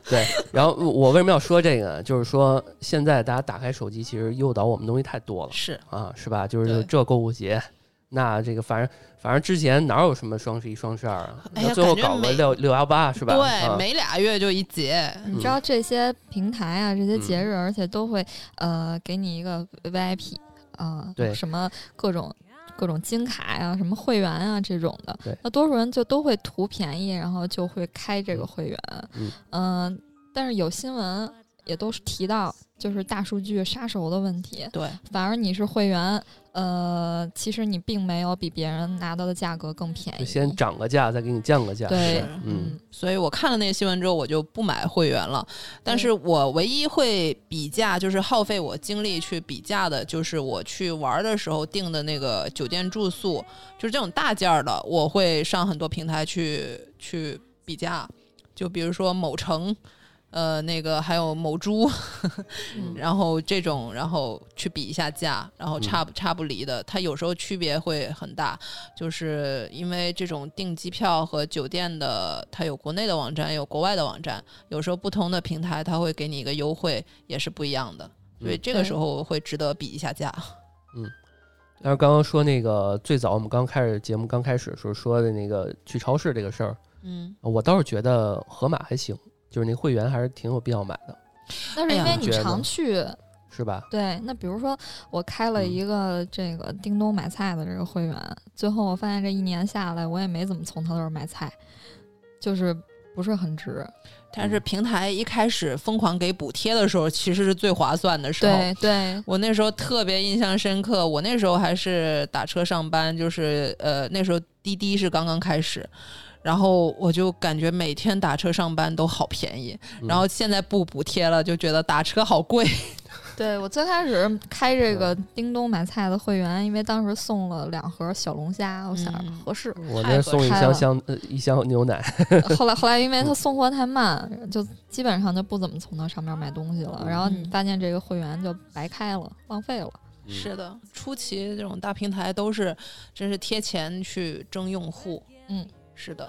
Speaker 4: 对，然后我为什么要说这个呢？就是说现在大家打开手机，其实诱导我们东西太多了
Speaker 2: 是
Speaker 4: 啊，是吧？就是
Speaker 2: 对
Speaker 4: 这购物节，那这个反正反正之前哪有什么双十一、双十二啊，
Speaker 2: 哎呀
Speaker 4: 那最后
Speaker 2: 感觉
Speaker 4: 搞个
Speaker 2: 每
Speaker 4: 六六幺八是吧？
Speaker 2: 对，
Speaker 4: 啊、
Speaker 2: 每俩月就一节。
Speaker 3: 你知道这些平台啊，
Speaker 4: 嗯
Speaker 3: 这些节日，而且都会呃给你一个 VIP 啊、
Speaker 4: 对
Speaker 3: 什么各种各种金卡呀、什么会员啊这种的
Speaker 4: 对，
Speaker 3: 那多数人就都会图便宜，然后就会开这个会员，
Speaker 4: 嗯
Speaker 3: 嗯、但是有新闻也都是提到，就是大数据杀熟的问题，
Speaker 2: 对，
Speaker 3: 反而你是会员，呃，其实你并没有比别人拿到的价格更便
Speaker 4: 就
Speaker 3: 宜，
Speaker 4: 先涨个价，再给你降个价。
Speaker 3: 对
Speaker 4: 是吧嗯，
Speaker 2: 所以我看了那个新闻之后，我就不买会员了。但是我唯一会比价，就是耗费我精力去比价的，就是我去玩的时候订的那个酒店住宿，就是这种大件儿的，我会上很多平台去去比价，就比如说某城。呃，那个还有某猪，
Speaker 3: 嗯
Speaker 2: 然后这种，然后去比一下价，然后差不差不离的，它有时候区别会很大，就是因为这种订机票和酒店的，它有国内的网站，也有国外的网站，有时候不同的平台它会给你一个优惠，也是不一样的，所以
Speaker 4: 嗯
Speaker 2: 这个
Speaker 3: 对
Speaker 2: 时候会值得比一下价。
Speaker 4: 但是刚刚说那个最早我们刚开始节目刚开始的时候说的那个去超市这个事儿，
Speaker 2: 嗯，
Speaker 4: 我倒是觉得盒马还行，就是那会员还是挺有必要买的，
Speaker 3: 那是因
Speaker 2: 哎呀
Speaker 3: 为你
Speaker 4: 觉得
Speaker 3: 常去。
Speaker 4: 是吧？
Speaker 3: 对，那比如说我开了
Speaker 4: 嗯
Speaker 3: 一个这个叮咚买菜的这个会员，最后我发现这一年下来，我也没怎么从他那儿买菜，就是不是很值。
Speaker 2: 但是平台一开始疯狂给补贴的时候，其实是最划算的时候。
Speaker 3: 对对，
Speaker 2: 我那时候特别印象深刻，我那时候还是打车上班，就是呃那时候滴滴是刚刚开始，然后我就感觉每天打车上班都好便宜，然后现在不补贴了，就觉得打车好贵。
Speaker 3: 对我最开始开这个叮咚买菜的会员，因为当时送了两盒小龙虾，我想着
Speaker 2: 嗯
Speaker 3: 合适。
Speaker 4: 我
Speaker 2: 太
Speaker 4: 那
Speaker 2: 合
Speaker 4: 送一
Speaker 3: 拍
Speaker 4: 箱
Speaker 3: 了
Speaker 4: 香呃一箱牛奶，
Speaker 3: 后来后来因
Speaker 4: 嗯
Speaker 3: 为他送货太慢，就基本上就不怎么从那上面买东西了。然后你
Speaker 2: 嗯
Speaker 3: 发现这个会员就白开了，浪费了。
Speaker 2: 是的，初期这种大平台都是真是贴钱去争用户。
Speaker 3: 嗯，
Speaker 2: 是的，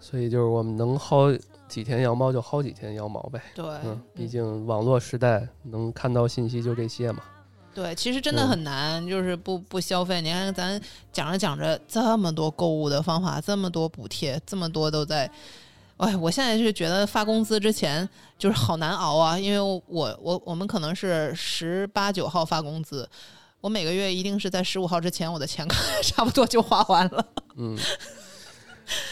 Speaker 4: 所以就是我们能薅几天羊毛就薅几天羊毛呗。
Speaker 2: 对、
Speaker 4: 嗯，毕竟网络时代能看到信息就这些嘛。
Speaker 2: 对，其实真的
Speaker 4: 嗯
Speaker 2: 很难，就是不不消费。你看咱讲着讲着，这么多购物的方法，这么多补贴，这么多都在。哎，我现在是觉得发工资之前就是好难熬啊，因为我我我们可能是十八九号发工资，我每个月一定是在十五号之前，我的钱 差不多就花完了。
Speaker 4: 嗯，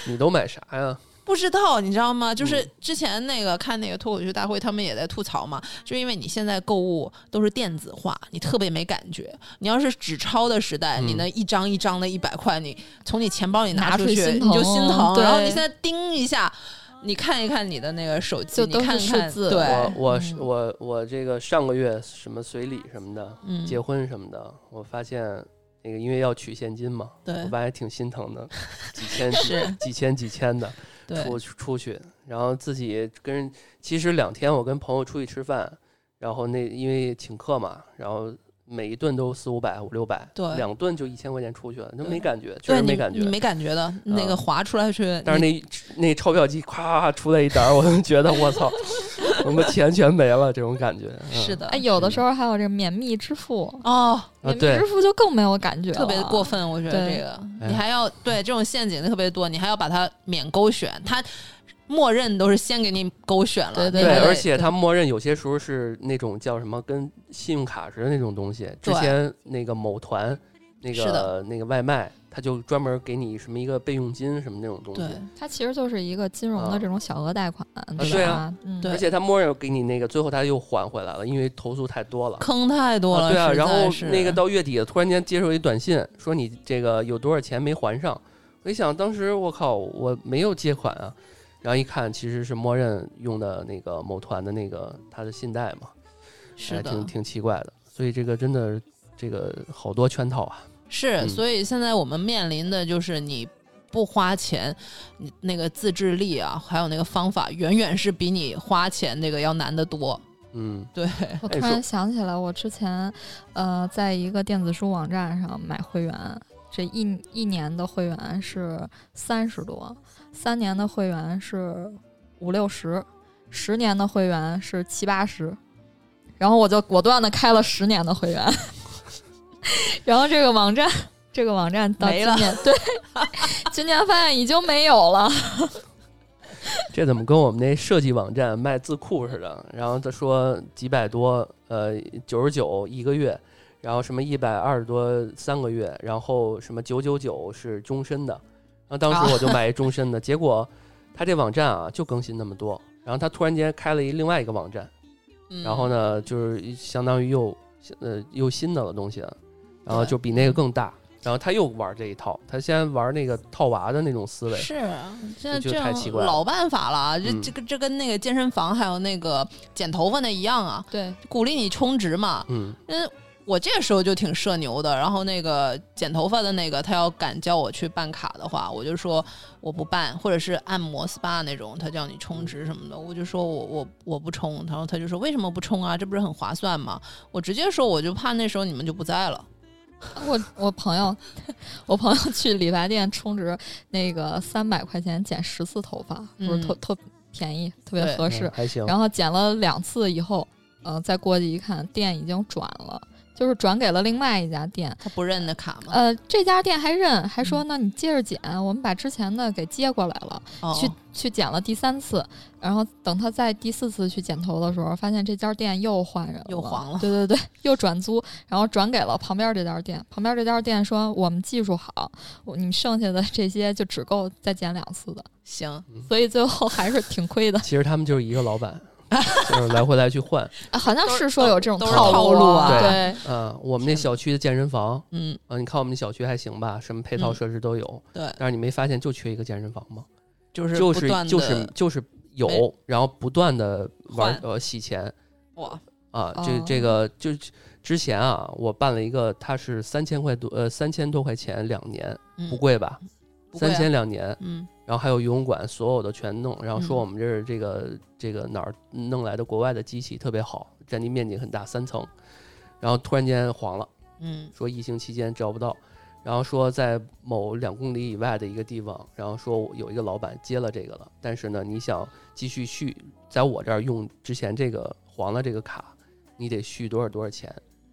Speaker 4: 你都买啥呀？
Speaker 2: 不知道，你知道吗？
Speaker 3: 嗯
Speaker 2: 就是之前那个看那个脱口秀大会，他们也在吐槽嘛，就因为你现在购物都是电子化，你特别没感觉。你要是纸钞的时代，
Speaker 4: 嗯
Speaker 2: 你那一张一张的一百块，你从你钱包里拿
Speaker 3: 拿
Speaker 2: 出
Speaker 3: 出
Speaker 2: 去，
Speaker 3: 心
Speaker 2: 你就
Speaker 3: 疼
Speaker 2: 心疼。
Speaker 3: 对
Speaker 2: 然后你现在叮一下，你看一看你的那个手机，
Speaker 3: 就都
Speaker 2: 你
Speaker 3: 是
Speaker 2: 看一看
Speaker 3: 数字
Speaker 2: 对，
Speaker 4: 我我
Speaker 3: 嗯
Speaker 4: 我我这个上个月什么随礼什么的，
Speaker 2: 嗯，
Speaker 4: 结婚什么的，我发现那个因为要取现金嘛，
Speaker 2: 对
Speaker 4: 我发现挺心 疼的，几千
Speaker 2: 嗯是
Speaker 4: 几几千几千的
Speaker 2: 对
Speaker 4: 出去出去，然后自己跟人其实两天我跟朋友出去吃饭，然后那因为请客嘛，然后。每一顿都四五百、五六百，
Speaker 2: 对
Speaker 4: 两顿就一千块钱出去了，都没
Speaker 2: 对
Speaker 4: 感觉，确
Speaker 2: 对
Speaker 4: 实
Speaker 2: 你
Speaker 4: 没感觉。嗯
Speaker 2: 你没感觉的，那个划出来去，
Speaker 4: 但是
Speaker 2: 你
Speaker 4: 那那钞票机咵出来一沓儿，我就觉得我 操，我们钱全没了，这种感觉。嗯、
Speaker 2: 是的，
Speaker 3: 哎，有的时候还有这免密支付，
Speaker 2: 哦，
Speaker 4: 啊，
Speaker 3: 免密
Speaker 4: 对
Speaker 3: 支，付就更没有感觉，
Speaker 2: 特别过。分，我觉得
Speaker 3: 啊对
Speaker 2: 这个
Speaker 4: 哎
Speaker 2: 你还要对这种陷阱特别多，你还要把它免勾选，它默认都是先给你勾选了，
Speaker 3: 对
Speaker 2: 你
Speaker 3: 对
Speaker 2: 还得
Speaker 4: 而且它默认有些时候是那种叫什么，跟信用卡似的那种东西。之
Speaker 2: 对
Speaker 4: 前那个某团那
Speaker 2: 是
Speaker 4: 个
Speaker 2: 的
Speaker 4: 那个外卖，它就专门给你什么一个备用金什么那种东西
Speaker 2: 对。
Speaker 3: 它其实就是一个金融
Speaker 4: 啊
Speaker 3: 的这种小额贷款，
Speaker 4: 对
Speaker 3: 对吧
Speaker 4: 啊？
Speaker 3: 嗯，
Speaker 2: 对
Speaker 4: 而且它默认给你那个，最后它又还回来了，因为投诉太多了。
Speaker 2: 坑太多了，
Speaker 4: 啊对啊，
Speaker 2: 实在
Speaker 4: 然后
Speaker 2: 是
Speaker 4: 那个到月底了，突然间接受一短信，说你这个有多少钱没还上。我一想，当时我靠，我没有借款啊。然后一看，其实是默认用的那个某团的那个他的信贷嘛，
Speaker 2: 是
Speaker 4: 还
Speaker 2: 的，
Speaker 4: 挺挺奇怪的。所以这个真的，这个好多圈套啊。
Speaker 2: 是，
Speaker 4: 嗯
Speaker 2: 所以现在我们面临的就是你不花钱，你那个自制力啊，还有那个方法，远远是比你花钱那个要难得多，
Speaker 4: 嗯，
Speaker 2: 对，
Speaker 3: 我
Speaker 4: 哎
Speaker 3: 突
Speaker 4: 说
Speaker 3: 然想起来，我之前呃，在一个电子书网站上买会员，这一一年的会员是三十多，三年的会员是五六十，十年的会员是七八十，然后我就果断的开了十年的会员， 然后这个网站。这个网站到
Speaker 2: 没
Speaker 3: 今
Speaker 2: 了
Speaker 3: 年，对， 今年发现已经没有了。
Speaker 4: 这怎么跟我们那设计网站卖字库似的？然后他说几百多，呃，九十九一个月，然后什么一百二十多三个月，然后什么九九九是终身的。然后当
Speaker 2: 啊
Speaker 4: 时我就 买一终身的，结果他这网站啊就更新那么多，然后他突然间开了一另外一个网站，
Speaker 2: 嗯
Speaker 4: 然后呢就是相当于又呃又新的了东西了，然后就比那个更大，然后他又玩这一套，他先玩那个套娃的那种思维，
Speaker 2: 是啊，现在
Speaker 4: 就
Speaker 2: 这
Speaker 4: 太
Speaker 2: 样
Speaker 4: 奇怪了
Speaker 2: 老办法了啊，这
Speaker 4: 嗯
Speaker 2: 这个这跟那个健身房还有那个剪头发那一样啊，
Speaker 3: 对，
Speaker 2: 鼓励你充值嘛。
Speaker 4: 嗯
Speaker 2: 嗯，我这时候就挺社牛的，然后那个剪头发的那个，他要敢叫我去办卡的话，我就说我不办，或者是按摩 SPA 那种，他叫你充值什么的，我就说我我我不充，然后他就说为什么不充啊？这不是很划算吗？我直接说我就怕那时候你们就不在了。
Speaker 3: 我我朋友， 我朋友去理发店充值，那个三百块钱剪十次头发，不是
Speaker 2: 嗯
Speaker 3: 特特便宜，特别
Speaker 2: 对
Speaker 3: 合适
Speaker 4: 嗯。还行，。
Speaker 3: 然后剪了两次以后，呃，再过去一看，店已经转了，就是转给了另外一家店。
Speaker 2: 他不认那卡吗？
Speaker 3: 呃，这家店还认，还
Speaker 2: 嗯
Speaker 3: 说那你接着剪，我们把之前的给接过来了，
Speaker 2: 哦
Speaker 3: 呃去去剪了第三次，然后等他在第四次去剪头的时候，发现这家店又换人了，
Speaker 2: 又黄了
Speaker 3: 对对 对，又转租，然后转给了旁边这家店。旁边这家店说我们技术好，我你们剩下的这些就只够再剪两次的，
Speaker 2: 行，
Speaker 3: 所以最后还是挺亏的
Speaker 4: 其实他们就是一个老板，就是来回来去换。
Speaker 3: 啊好像是说有这种
Speaker 2: 都是都是
Speaker 3: 路啊，
Speaker 4: 套路啊
Speaker 3: 对，
Speaker 4: 嗯，我们那小区的健身房，
Speaker 2: 嗯，
Speaker 4: 嗯，你看我们那小区还行吧，什么配套
Speaker 2: 嗯
Speaker 4: 设施都有，
Speaker 2: 对，
Speaker 4: 但是你没发现就缺一个健身房吗？
Speaker 2: 就是
Speaker 4: 就
Speaker 2: 不
Speaker 4: 是
Speaker 2: 断
Speaker 4: 就是
Speaker 2: 地
Speaker 4: 就是有
Speaker 2: 没，
Speaker 4: 然后不断的玩
Speaker 2: 换
Speaker 4: 呃洗钱
Speaker 2: 哇，
Speaker 4: 啊，这
Speaker 3: 哦
Speaker 4: 这个就之前啊，我办了一个，它是三千块多呃三千多块钱两年，
Speaker 2: 嗯
Speaker 4: 不，贵吧？
Speaker 2: 不贵
Speaker 4: 三
Speaker 2: 啊
Speaker 4: 千两年，
Speaker 2: 嗯
Speaker 4: 然后还有游泳馆，所有的全弄，然后说
Speaker 2: 嗯
Speaker 4: 我们这是这个这个哪儿弄来的国外的机器特别好，占地面积很大，三层，然后突然间黄了，
Speaker 2: 嗯
Speaker 4: 说疫情期间招不到，然后说在某两公里以外的一个地方，然后说有一个老板接了这个了，但是呢，你想继续续在我这儿用之前这个黄了这个卡，你得续多少多少钱，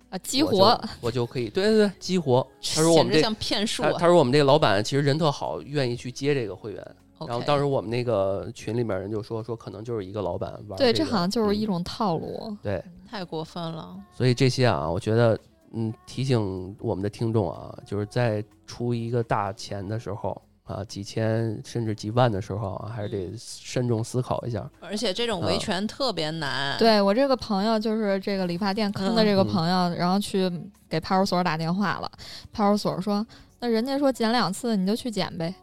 Speaker 3: 啊，激
Speaker 4: 我就
Speaker 3: 活，
Speaker 4: 我就可以，对对对，激活。他说我
Speaker 2: 简
Speaker 4: 们
Speaker 2: 直
Speaker 4: 这
Speaker 2: 像骗术
Speaker 4: 他
Speaker 2: 啊，
Speaker 4: 他说我们这个老板其实人特好，愿意去接这个会员。然后
Speaker 2: OK
Speaker 4: 当时我们那个群里面人就说说，可能就是一个老板玩、
Speaker 3: 对，
Speaker 4: 这
Speaker 3: 这
Speaker 4: 个
Speaker 3: 好像就是一
Speaker 4: 嗯
Speaker 3: 种套路。
Speaker 4: 对，
Speaker 2: 太过分了，
Speaker 4: 所以这些啊，我觉得嗯，提醒我们的听众啊，就是在出一个大钱的时候啊，几千甚至几万的时候啊，还是得慎重思考一下。
Speaker 2: 而且这种
Speaker 4: 啊
Speaker 2: 维权特别难，
Speaker 3: 对我这个朋友，就是这个理发店坑的这个
Speaker 4: 嗯嗯
Speaker 3: 朋友，然后去给派出所打电话了。派出所说：“那人家说剪两次，你就去剪呗。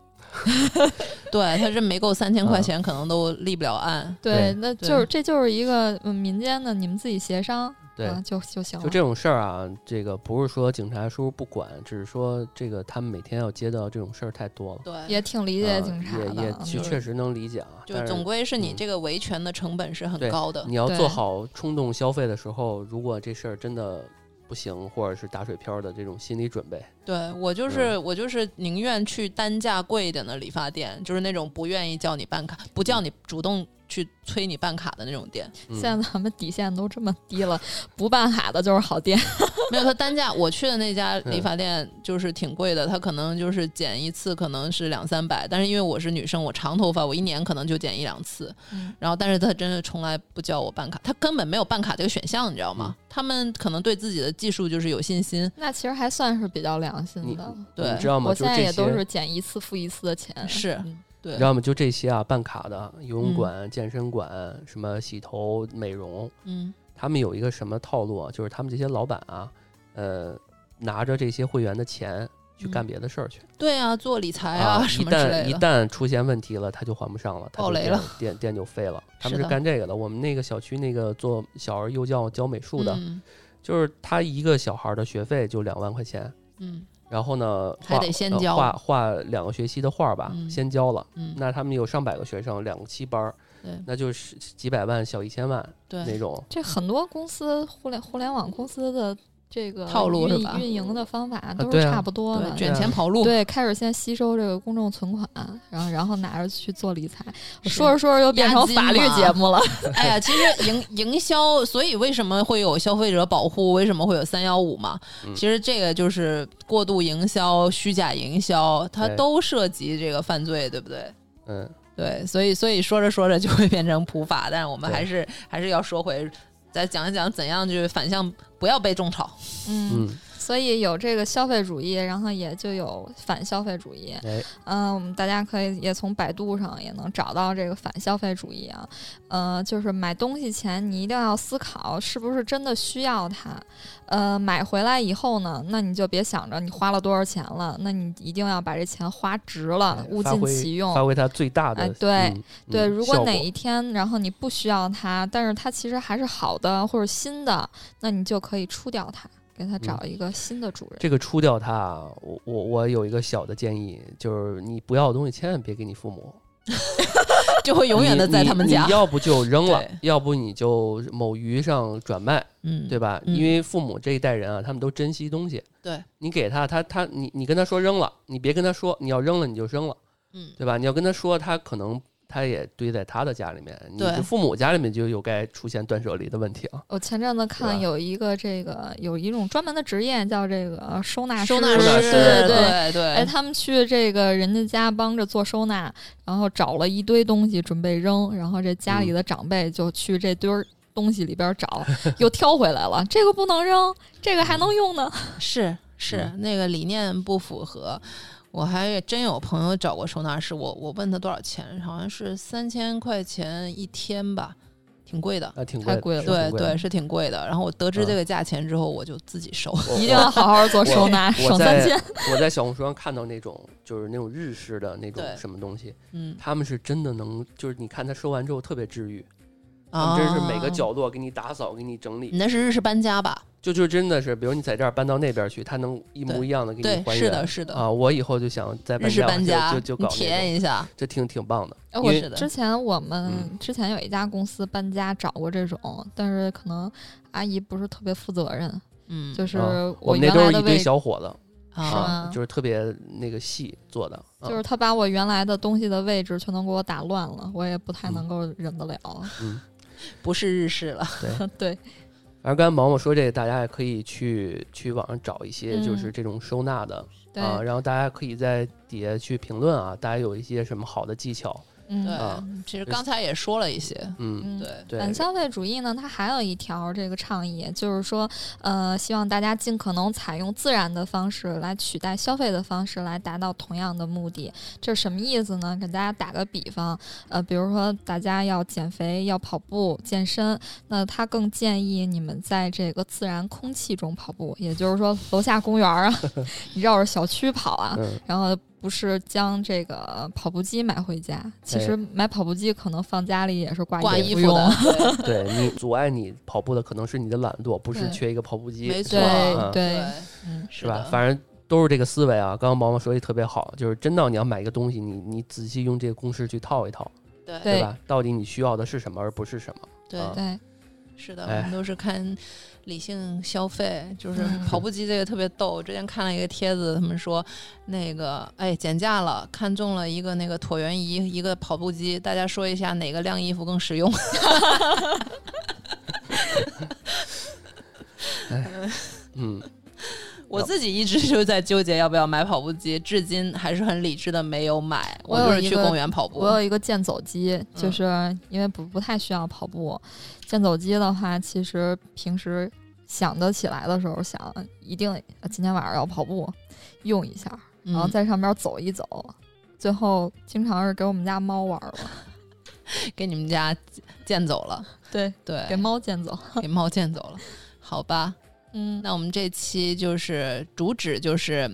Speaker 2: 对，他这没够三千
Speaker 4: 嗯
Speaker 2: 块钱，可能都立不了案”。
Speaker 4: 对
Speaker 3: 对，那就
Speaker 2: 对
Speaker 3: 是这就是一个嗯民间的，你们自己协商，
Speaker 4: 对，
Speaker 3: 啊、就就行了。
Speaker 4: 就这种事儿啊，这个不是说警察叔叔不管，只是说这个他们每天要接到这种事儿太多了。
Speaker 2: 对，
Speaker 3: 也挺理解警察
Speaker 4: 啊、
Speaker 3: 的，
Speaker 4: 也也
Speaker 3: 嗯
Speaker 4: 确
Speaker 2: 就是
Speaker 4: 确实能理解啊，
Speaker 2: 就
Speaker 4: 但是
Speaker 2: 总归是你
Speaker 4: 嗯
Speaker 2: 这个维权的成本是很
Speaker 4: 对
Speaker 2: 高的。
Speaker 4: 你要
Speaker 3: 对
Speaker 4: 做好冲动消费的时候，如果这事儿真的不行，或者是打水漂的这种心理准备，
Speaker 2: 对我
Speaker 4: 嗯
Speaker 2: 就是我就是宁愿去单价贵一点的理发店，就是那种不愿意叫你办卡，不叫你主动去催你办卡的那种店。
Speaker 4: 嗯、
Speaker 3: 现在咱们底线都这么低了，不办卡的就是好店。
Speaker 2: 没有，它单价我去的那家
Speaker 4: 嗯
Speaker 2: 理发店就是挺贵的，它可能就是剪一次可能是两三百，但是因为我是女生，我长头发，我一年可能就剪一两次。
Speaker 3: 嗯
Speaker 2: 然后，但是他真的从来不叫我办卡，他根本没有办卡这个选项，你知道吗？
Speaker 4: 嗯
Speaker 2: 他们可能对自己的技术就是有信心。
Speaker 3: 那其实还算是比较良
Speaker 4: 你
Speaker 3: 心的。
Speaker 4: 你
Speaker 2: 对
Speaker 4: 知，道吗？
Speaker 3: 我
Speaker 4: 就
Speaker 3: 现在
Speaker 4: 这
Speaker 3: 也都
Speaker 4: 些
Speaker 3: 是，剪一次付一次的钱。
Speaker 2: 是
Speaker 3: 嗯
Speaker 2: 对
Speaker 4: 你知，道吗？就这些啊，办卡的、游泳馆、健身馆、什么洗头、美容，
Speaker 2: 嗯
Speaker 4: 他们有一个什么套路啊？就是他们这些老板啊，呃，拿着这些会员的钱去干
Speaker 2: 嗯
Speaker 4: 别的事儿去、
Speaker 2: 对啊，做理财
Speaker 4: 啊！
Speaker 2: 什
Speaker 4: 一
Speaker 2: 么之
Speaker 4: 旦
Speaker 2: 类
Speaker 4: 一
Speaker 2: 的。
Speaker 4: 旦出现问题了，他就还不上了，他
Speaker 2: 爆
Speaker 4: 就
Speaker 2: 雷
Speaker 4: 店
Speaker 2: 了，
Speaker 4: 店店就废了。他们
Speaker 2: 是
Speaker 4: 是
Speaker 2: 的
Speaker 4: 干这个的。我们那个小区那个做小儿幼教教美术的，
Speaker 2: 嗯
Speaker 4: 就是他一个小孩儿的学费就两万块钱，
Speaker 2: 嗯
Speaker 4: 然后呢，
Speaker 2: 还
Speaker 4: 画
Speaker 2: 得先
Speaker 4: 呃
Speaker 2: 交
Speaker 4: 画画两个学期的画儿吧，
Speaker 2: 嗯
Speaker 4: 先交了。
Speaker 2: 嗯，
Speaker 4: 那他们有上百个学生，两个七班儿
Speaker 2: 对，
Speaker 4: 那就是几百万小一千万那
Speaker 2: 对
Speaker 4: 种。
Speaker 3: 这很多公司互联互联网公司的这个
Speaker 2: 套路是
Speaker 3: 运
Speaker 2: 吧
Speaker 3: 运营的方法都
Speaker 4: 对
Speaker 3: 是
Speaker 4: 啊
Speaker 3: 差不多
Speaker 2: 对，
Speaker 3: 的。对
Speaker 2: 卷钱跑路。
Speaker 3: 开始先吸收这个公众存款，然后然后拿着去做理财。我
Speaker 2: 是
Speaker 3: 说着说着又变成法律节目 了，
Speaker 2: 哎 呀，其实营营销，所以为什么会有消费者保护？为什么会有三幺五嘛？
Speaker 4: 嗯
Speaker 2: 其实这个就是过度营销、虚假营销，它
Speaker 4: 对
Speaker 2: 都涉及这个犯罪，对不对？
Speaker 4: 嗯，
Speaker 2: 对，所以所以说着说着就会变成普法，但是我们
Speaker 4: 对
Speaker 2: 还是还是要说回，再讲一讲怎样去反向不要被种草。
Speaker 3: 嗯，
Speaker 4: 嗯，
Speaker 3: 所以有这个消费主义，然后也就有反消费主义。
Speaker 4: 哎，
Speaker 3: 嗯，我们大家可以也从百度上也能找到这个反消费主义啊，呃，就是买东西前你一定要思考是不是真的需要它，呃，买回来以后呢，那你就别想着你花了多少钱了，那你一定要把这钱花值了，物
Speaker 4: 哎发
Speaker 3: 尽
Speaker 4: 挥
Speaker 3: 其用
Speaker 2: 哦
Speaker 4: 发。挥它最大的、
Speaker 2: 啊
Speaker 3: 哎对
Speaker 4: 嗯
Speaker 3: 对，
Speaker 4: 嗯
Speaker 3: 如果
Speaker 4: 效
Speaker 3: 哪
Speaker 4: 果
Speaker 3: 一天然后你不需要它，但是它其实还是好的或者新的，那你就可以出掉它，给
Speaker 4: 嗯
Speaker 3: 它找一个新的主人。
Speaker 4: 这个出掉它啊，我我我有一个小的建议，就是你不要的东西千万别给你父母，
Speaker 2: 就会永远的
Speaker 4: 你
Speaker 2: 在
Speaker 4: 你
Speaker 2: 他们
Speaker 4: 你
Speaker 2: 家。
Speaker 4: 要不就扔了
Speaker 2: 对，
Speaker 4: 要不你就某鱼上转卖，
Speaker 2: 嗯，
Speaker 4: 对吧？
Speaker 2: 嗯
Speaker 4: 因为父母这一代人啊，他们都珍惜东西。
Speaker 2: 对，
Speaker 4: 你给他，他他你你跟他说扔了，你别跟他说你要扔了你就扔了，
Speaker 2: 嗯，
Speaker 4: 对吧？你要跟他说，他可能他也堆在他的家里面，你
Speaker 2: 对
Speaker 4: 的父母家里面就有该出现断舍离的问题了。
Speaker 3: 我前阵子看
Speaker 4: 吧
Speaker 3: 有一个这个有一种专门的职业叫这个收纳
Speaker 2: 收纳
Speaker 4: 师收纳
Speaker 2: 师，
Speaker 4: 师
Speaker 3: 对对。
Speaker 2: 对对，
Speaker 3: 哎，他们去这个人家家帮着做收纳，然后找了一堆东西准备扔，然后这家
Speaker 4: 嗯
Speaker 3: 里的长辈就去这堆儿东西里边儿找，又挑回来了。这个不能扔，这个还能用呢。
Speaker 2: 是是，
Speaker 4: 嗯
Speaker 2: 那个理念不符合。我还真有朋友找过收纳师，我我问他多少钱，好像是三千块钱一天吧，挺贵的。
Speaker 4: 啊，挺
Speaker 3: 太
Speaker 4: 贵的，
Speaker 3: 贵
Speaker 2: 对
Speaker 4: 是挺贵的
Speaker 2: 对，是挺贵的。然后我得知
Speaker 4: 嗯
Speaker 2: 这个价钱之后，我就自己收。
Speaker 4: 我
Speaker 3: 一定要好好做收纳，
Speaker 4: 嗯我
Speaker 3: 省三
Speaker 4: 在
Speaker 3: 千。
Speaker 4: 我在小红书上看到那种就是那种日式的那种
Speaker 2: 对
Speaker 4: 什么东西，
Speaker 2: 嗯，
Speaker 4: 他们是真的能，就是你看他收完之后特别治愈，
Speaker 2: 啊，
Speaker 4: 真是每个。角落给你打扫，给你整理，
Speaker 2: 你那是日式搬家吧？
Speaker 4: 就就真的是，比如你在这儿搬到那边去，他能一模
Speaker 2: 对
Speaker 4: 一样的给
Speaker 2: 对
Speaker 4: 你，还原。
Speaker 2: 是的，是的。
Speaker 4: 啊，我以后就想在
Speaker 2: 日式搬家，
Speaker 4: 家就就就
Speaker 2: 你
Speaker 4: 搞
Speaker 2: 体
Speaker 4: 那
Speaker 2: 验
Speaker 4: 种，
Speaker 2: 一下。
Speaker 4: 这挺挺棒的。
Speaker 3: 哎
Speaker 4: 因
Speaker 3: 我
Speaker 4: 为
Speaker 2: 是的
Speaker 3: 之前我们
Speaker 4: 嗯
Speaker 3: 之前有一家公司搬家找过这种，但是可能阿姨不是特别负责任，
Speaker 2: 嗯，
Speaker 3: 就是
Speaker 4: 啊我们那
Speaker 3: 原
Speaker 4: 都
Speaker 3: 来
Speaker 4: 是
Speaker 3: 的
Speaker 4: 一堆
Speaker 3: 位
Speaker 4: 小伙子，
Speaker 3: 是
Speaker 2: 啊，
Speaker 3: 吗
Speaker 4: 就是特别那个细做的，啊
Speaker 3: 就是他把我原来的东西的位置全都给我打乱了，我也不太
Speaker 4: 嗯
Speaker 3: 能够忍得了。
Speaker 4: 嗯，
Speaker 2: 不是日式了。
Speaker 3: 对，
Speaker 4: 反正刚才毛毛说这个，大家也可以去去网上找一些就是
Speaker 3: 嗯
Speaker 4: 这种收纳的、
Speaker 3: 对，
Speaker 4: 啊，然后大家可以在底下去评论啊，大家有一些什么好的技巧，
Speaker 3: 嗯，
Speaker 4: 啊
Speaker 2: 对，其实刚才也说了一些。
Speaker 4: 嗯，
Speaker 3: 嗯，
Speaker 2: 对，
Speaker 4: 对，
Speaker 3: 反消费主义呢，它还有一条这个倡议，就是说，呃，希望大家尽可能采用自然的方式来取代消费的方式，来达到同样的目的。这是什么意思呢？给大家打个比方，呃，比如说大家要减肥、要跑步、健身，那他更建议你们在这个自然空气中跑步，也就是说楼下公园啊， 你绕着小区跑啊，
Speaker 4: 嗯，
Speaker 3: 然后不是将这个跑步机买回家，其实买跑步机可能放家里也是挂
Speaker 2: 挂
Speaker 3: 衣
Speaker 2: 衣
Speaker 3: 服
Speaker 2: 服
Speaker 3: 用
Speaker 2: 的。， 对
Speaker 4: 对你阻碍你跑步的可能是你的懒惰，不是
Speaker 3: 对
Speaker 4: 缺一个跑步机，
Speaker 2: 没
Speaker 4: 是
Speaker 2: 错
Speaker 4: 吧
Speaker 3: 对
Speaker 4: 嗯
Speaker 3: 对，
Speaker 2: 嗯
Speaker 3: 嗯，
Speaker 4: 是吧？
Speaker 2: 的
Speaker 4: 反正都是这个思维啊。刚刚毛毛说的特别好，就是真到你要买一个东西，你你仔细用这个公式去套一套，
Speaker 2: 对
Speaker 3: 对
Speaker 4: 吧？到底你需要的是什么，而不是什么？
Speaker 2: 对
Speaker 4: 啊
Speaker 3: 对，
Speaker 2: 是的，
Speaker 4: 哎
Speaker 2: 我们都是看理性消费，就是
Speaker 3: 嗯
Speaker 2: 跑步机这个特别逗。我之前看了一个帖子，他们说那个哎减价了，看中了一个那个椭圆仪，一个跑步机，大家说一下哪个晾衣服更实用？
Speaker 4: 嗯，
Speaker 2: 我自己一直就在纠结要不要买跑步机，至今还是很理智的没有买。
Speaker 3: 我
Speaker 2: 我
Speaker 3: 有
Speaker 2: 就是
Speaker 3: 一
Speaker 2: 去
Speaker 3: 个
Speaker 2: 公园跑步
Speaker 3: 我，有一个健走机，就是因为不不太需要跑步，健走机的话，其实平时想得起来的时候想，一定呃今天晚上要跑步，用一下，
Speaker 2: 嗯
Speaker 3: 然后哦在上面走一走。最后经常是给我们家猫玩了，
Speaker 2: 给你们家健走了，
Speaker 3: 对，
Speaker 2: 对，
Speaker 3: 给猫健走，
Speaker 2: 给猫健走了，好吧。
Speaker 3: 嗯，
Speaker 2: 那我们这期就是主旨就是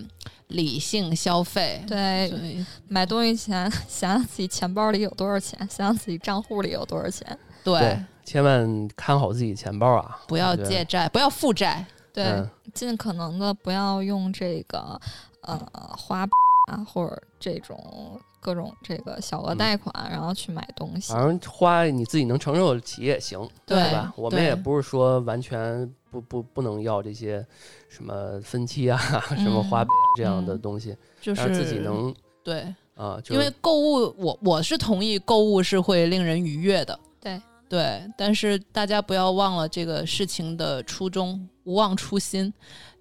Speaker 2: 理性消费，
Speaker 3: 对，
Speaker 2: 所以
Speaker 3: 买东西前 想想自己钱包里有多少钱，想想自己账户里有多少钱。
Speaker 2: 对
Speaker 4: 对，千万看好自己钱包啊，
Speaker 2: 不要
Speaker 4: 我觉得
Speaker 2: 借。债，不要负债。
Speaker 3: 对，
Speaker 4: 嗯
Speaker 3: 尽可能的不要用这个呃花啊或者这种各种这个小额
Speaker 4: 嗯啊
Speaker 3: 贷款，然后去买东西。
Speaker 4: 反正花你自己能承受得起也行，
Speaker 2: 对
Speaker 4: 对吧？我们
Speaker 2: 对
Speaker 4: 也不是说完全不不不能要这些什么分期啊、 什么花呗这样的东西，
Speaker 2: 嗯就
Speaker 4: 但
Speaker 2: 是
Speaker 4: 自己能
Speaker 2: 对，
Speaker 4: 啊，就
Speaker 2: 因为购物，我我是同意购物是会令人愉悦的，
Speaker 3: 对
Speaker 2: 对，但是大家不要忘了这个事情的初衷，勿忘初心。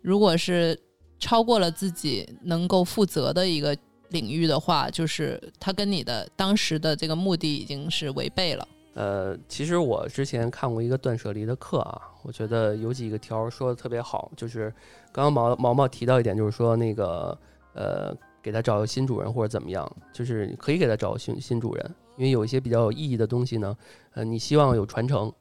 Speaker 2: 如果是超过了自己能够负责的一个领域的话，就是它跟你的当时的这个目的已经是违背了。
Speaker 4: 呃，其实我之前看过一个断舍离的课啊，我觉得有几个条儿说的特别好，就是刚刚毛毛毛提到一点，就是说那个呃，给他找个新主人或者怎么样，就是可以给他找新新主人，因为有一些比较有意义的东西呢，呃，你希望有传承，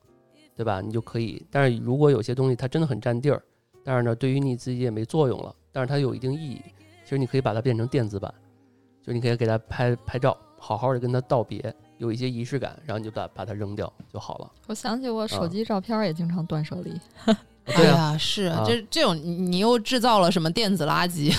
Speaker 4: 对吧？你就可以，但是如果有些东西它真的很占地儿，但是呢，对于你自己也没作用了，但是它有一定意义，其实你可以把它变成电子版，就你可以给它拍拍照，好好的跟它道别。有一些仪式感，然后你就把把它扔掉就好了。
Speaker 3: 我想起我手
Speaker 4: 啊
Speaker 3: 机照片也经常断舍离，
Speaker 4: 啊对啊，
Speaker 2: 哎呀，是
Speaker 4: 啊
Speaker 2: 这这种你你又制造了什么电子垃 圾？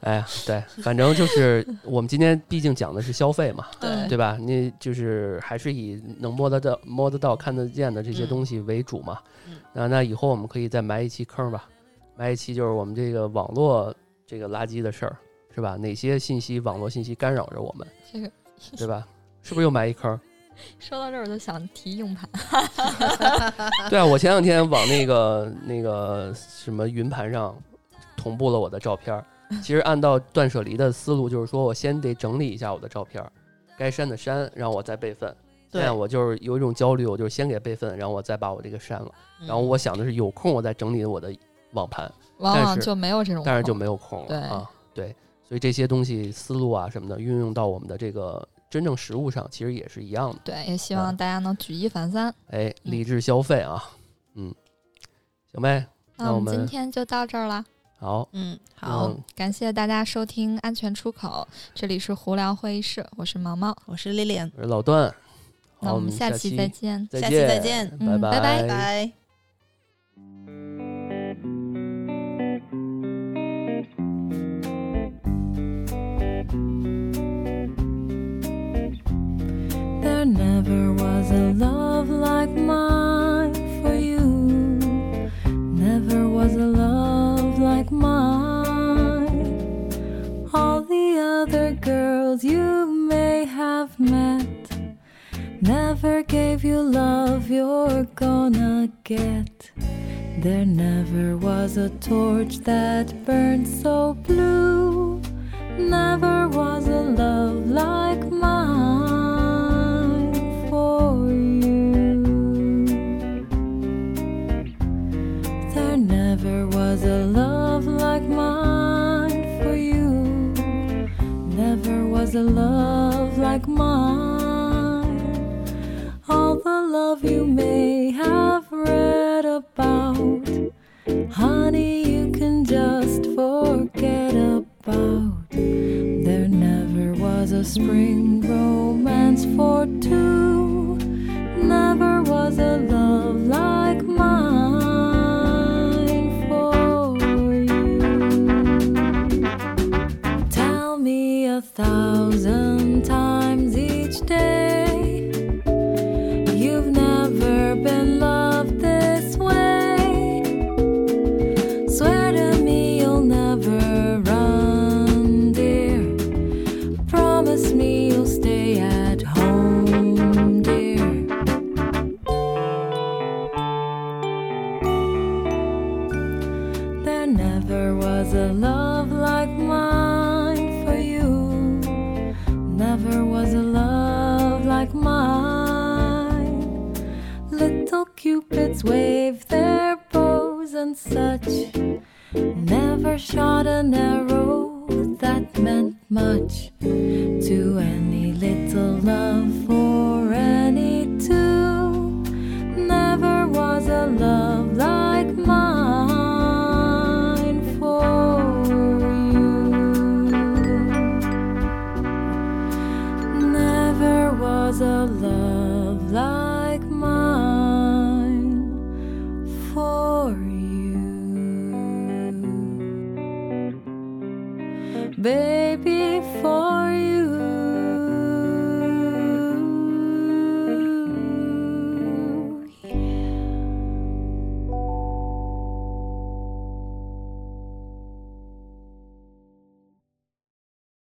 Speaker 4: 哎呀，对，反正就是我们今天毕竟讲的是消费嘛，
Speaker 3: 嗯
Speaker 4: 对吧？你就是还是以能摸得到、摸得到、看得见的这些
Speaker 2: 嗯
Speaker 4: 东西为主嘛。
Speaker 2: 嗯
Speaker 4: 那那以后我们可以再埋一期坑吧，埋一期就是我们这个网络这个垃圾的事儿，是吧？哪些信息、网络信息干扰着我们，
Speaker 3: 这个
Speaker 4: 对吧？是不是又埋一坑？
Speaker 3: 说到这儿我就想提硬盘，
Speaker 4: 对啊，我前两天往那个那个什么云盘上同步了我的照片儿。其实按照断舍离的思路，就是说我先得整理一下我的照片儿，该删的删，然后我再备份。现
Speaker 2: 对
Speaker 4: 啊在我就是有一种焦虑，我就是先给备份，然后我再把我这个删了。
Speaker 2: 嗯
Speaker 4: 然后我想的是有空我再整理我的网盘，
Speaker 3: 往
Speaker 4: 但
Speaker 3: 往
Speaker 4: 是
Speaker 3: 就没有这种空，
Speaker 4: 但是就没有空了
Speaker 3: 对
Speaker 4: 啊。对，所以这些东西思路啊什么的，运用到我们的这个真正实物上其实也是一样的。
Speaker 3: 对，也希
Speaker 4: 嗯
Speaker 3: 望大家能举一反三。
Speaker 2: 嗯
Speaker 4: 哎，理智消费啊，嗯，行呗，那
Speaker 3: 那我
Speaker 4: 我
Speaker 3: 们今
Speaker 4: 们
Speaker 3: 天就到这儿了。
Speaker 4: 好，
Speaker 2: 嗯，好，
Speaker 4: 嗯，
Speaker 3: 感谢大家收听《安全出口》，这里是胡聊会议室，我是毛毛。
Speaker 2: 我是 Lilian，
Speaker 4: 我是老段，
Speaker 3: 那
Speaker 4: 好，
Speaker 3: 我
Speaker 4: 我
Speaker 3: 们下期再见。
Speaker 2: 下期
Speaker 4: 见，
Speaker 2: 再见
Speaker 4: 拜
Speaker 3: 嗯拜拜
Speaker 2: 拜。
Speaker 5: There never was a love like mine for you. Never was a love like mine. All the other girls you may have met never gave you love you're gonna get. There never was a torch that burned so blue. Never was a love like mine for you. There never was a love like mine for you. Never was a love like mine. All the love you may have read about, honey, you can just forget about. There never was a spring romance for two. Never was a love like mine for you. Tell me a thousand times each day. You've never been loved this way. Swear to me you'll never run, dear. Promise me you'll stay at home, dear. There never was a love like mine for you. Never was a love like mine. Little cupids wave their bows and such. Never shot an arrow that meant much to any little love for any two. Never was a love like mine for you. Never was a love like mine for you, baby, for you.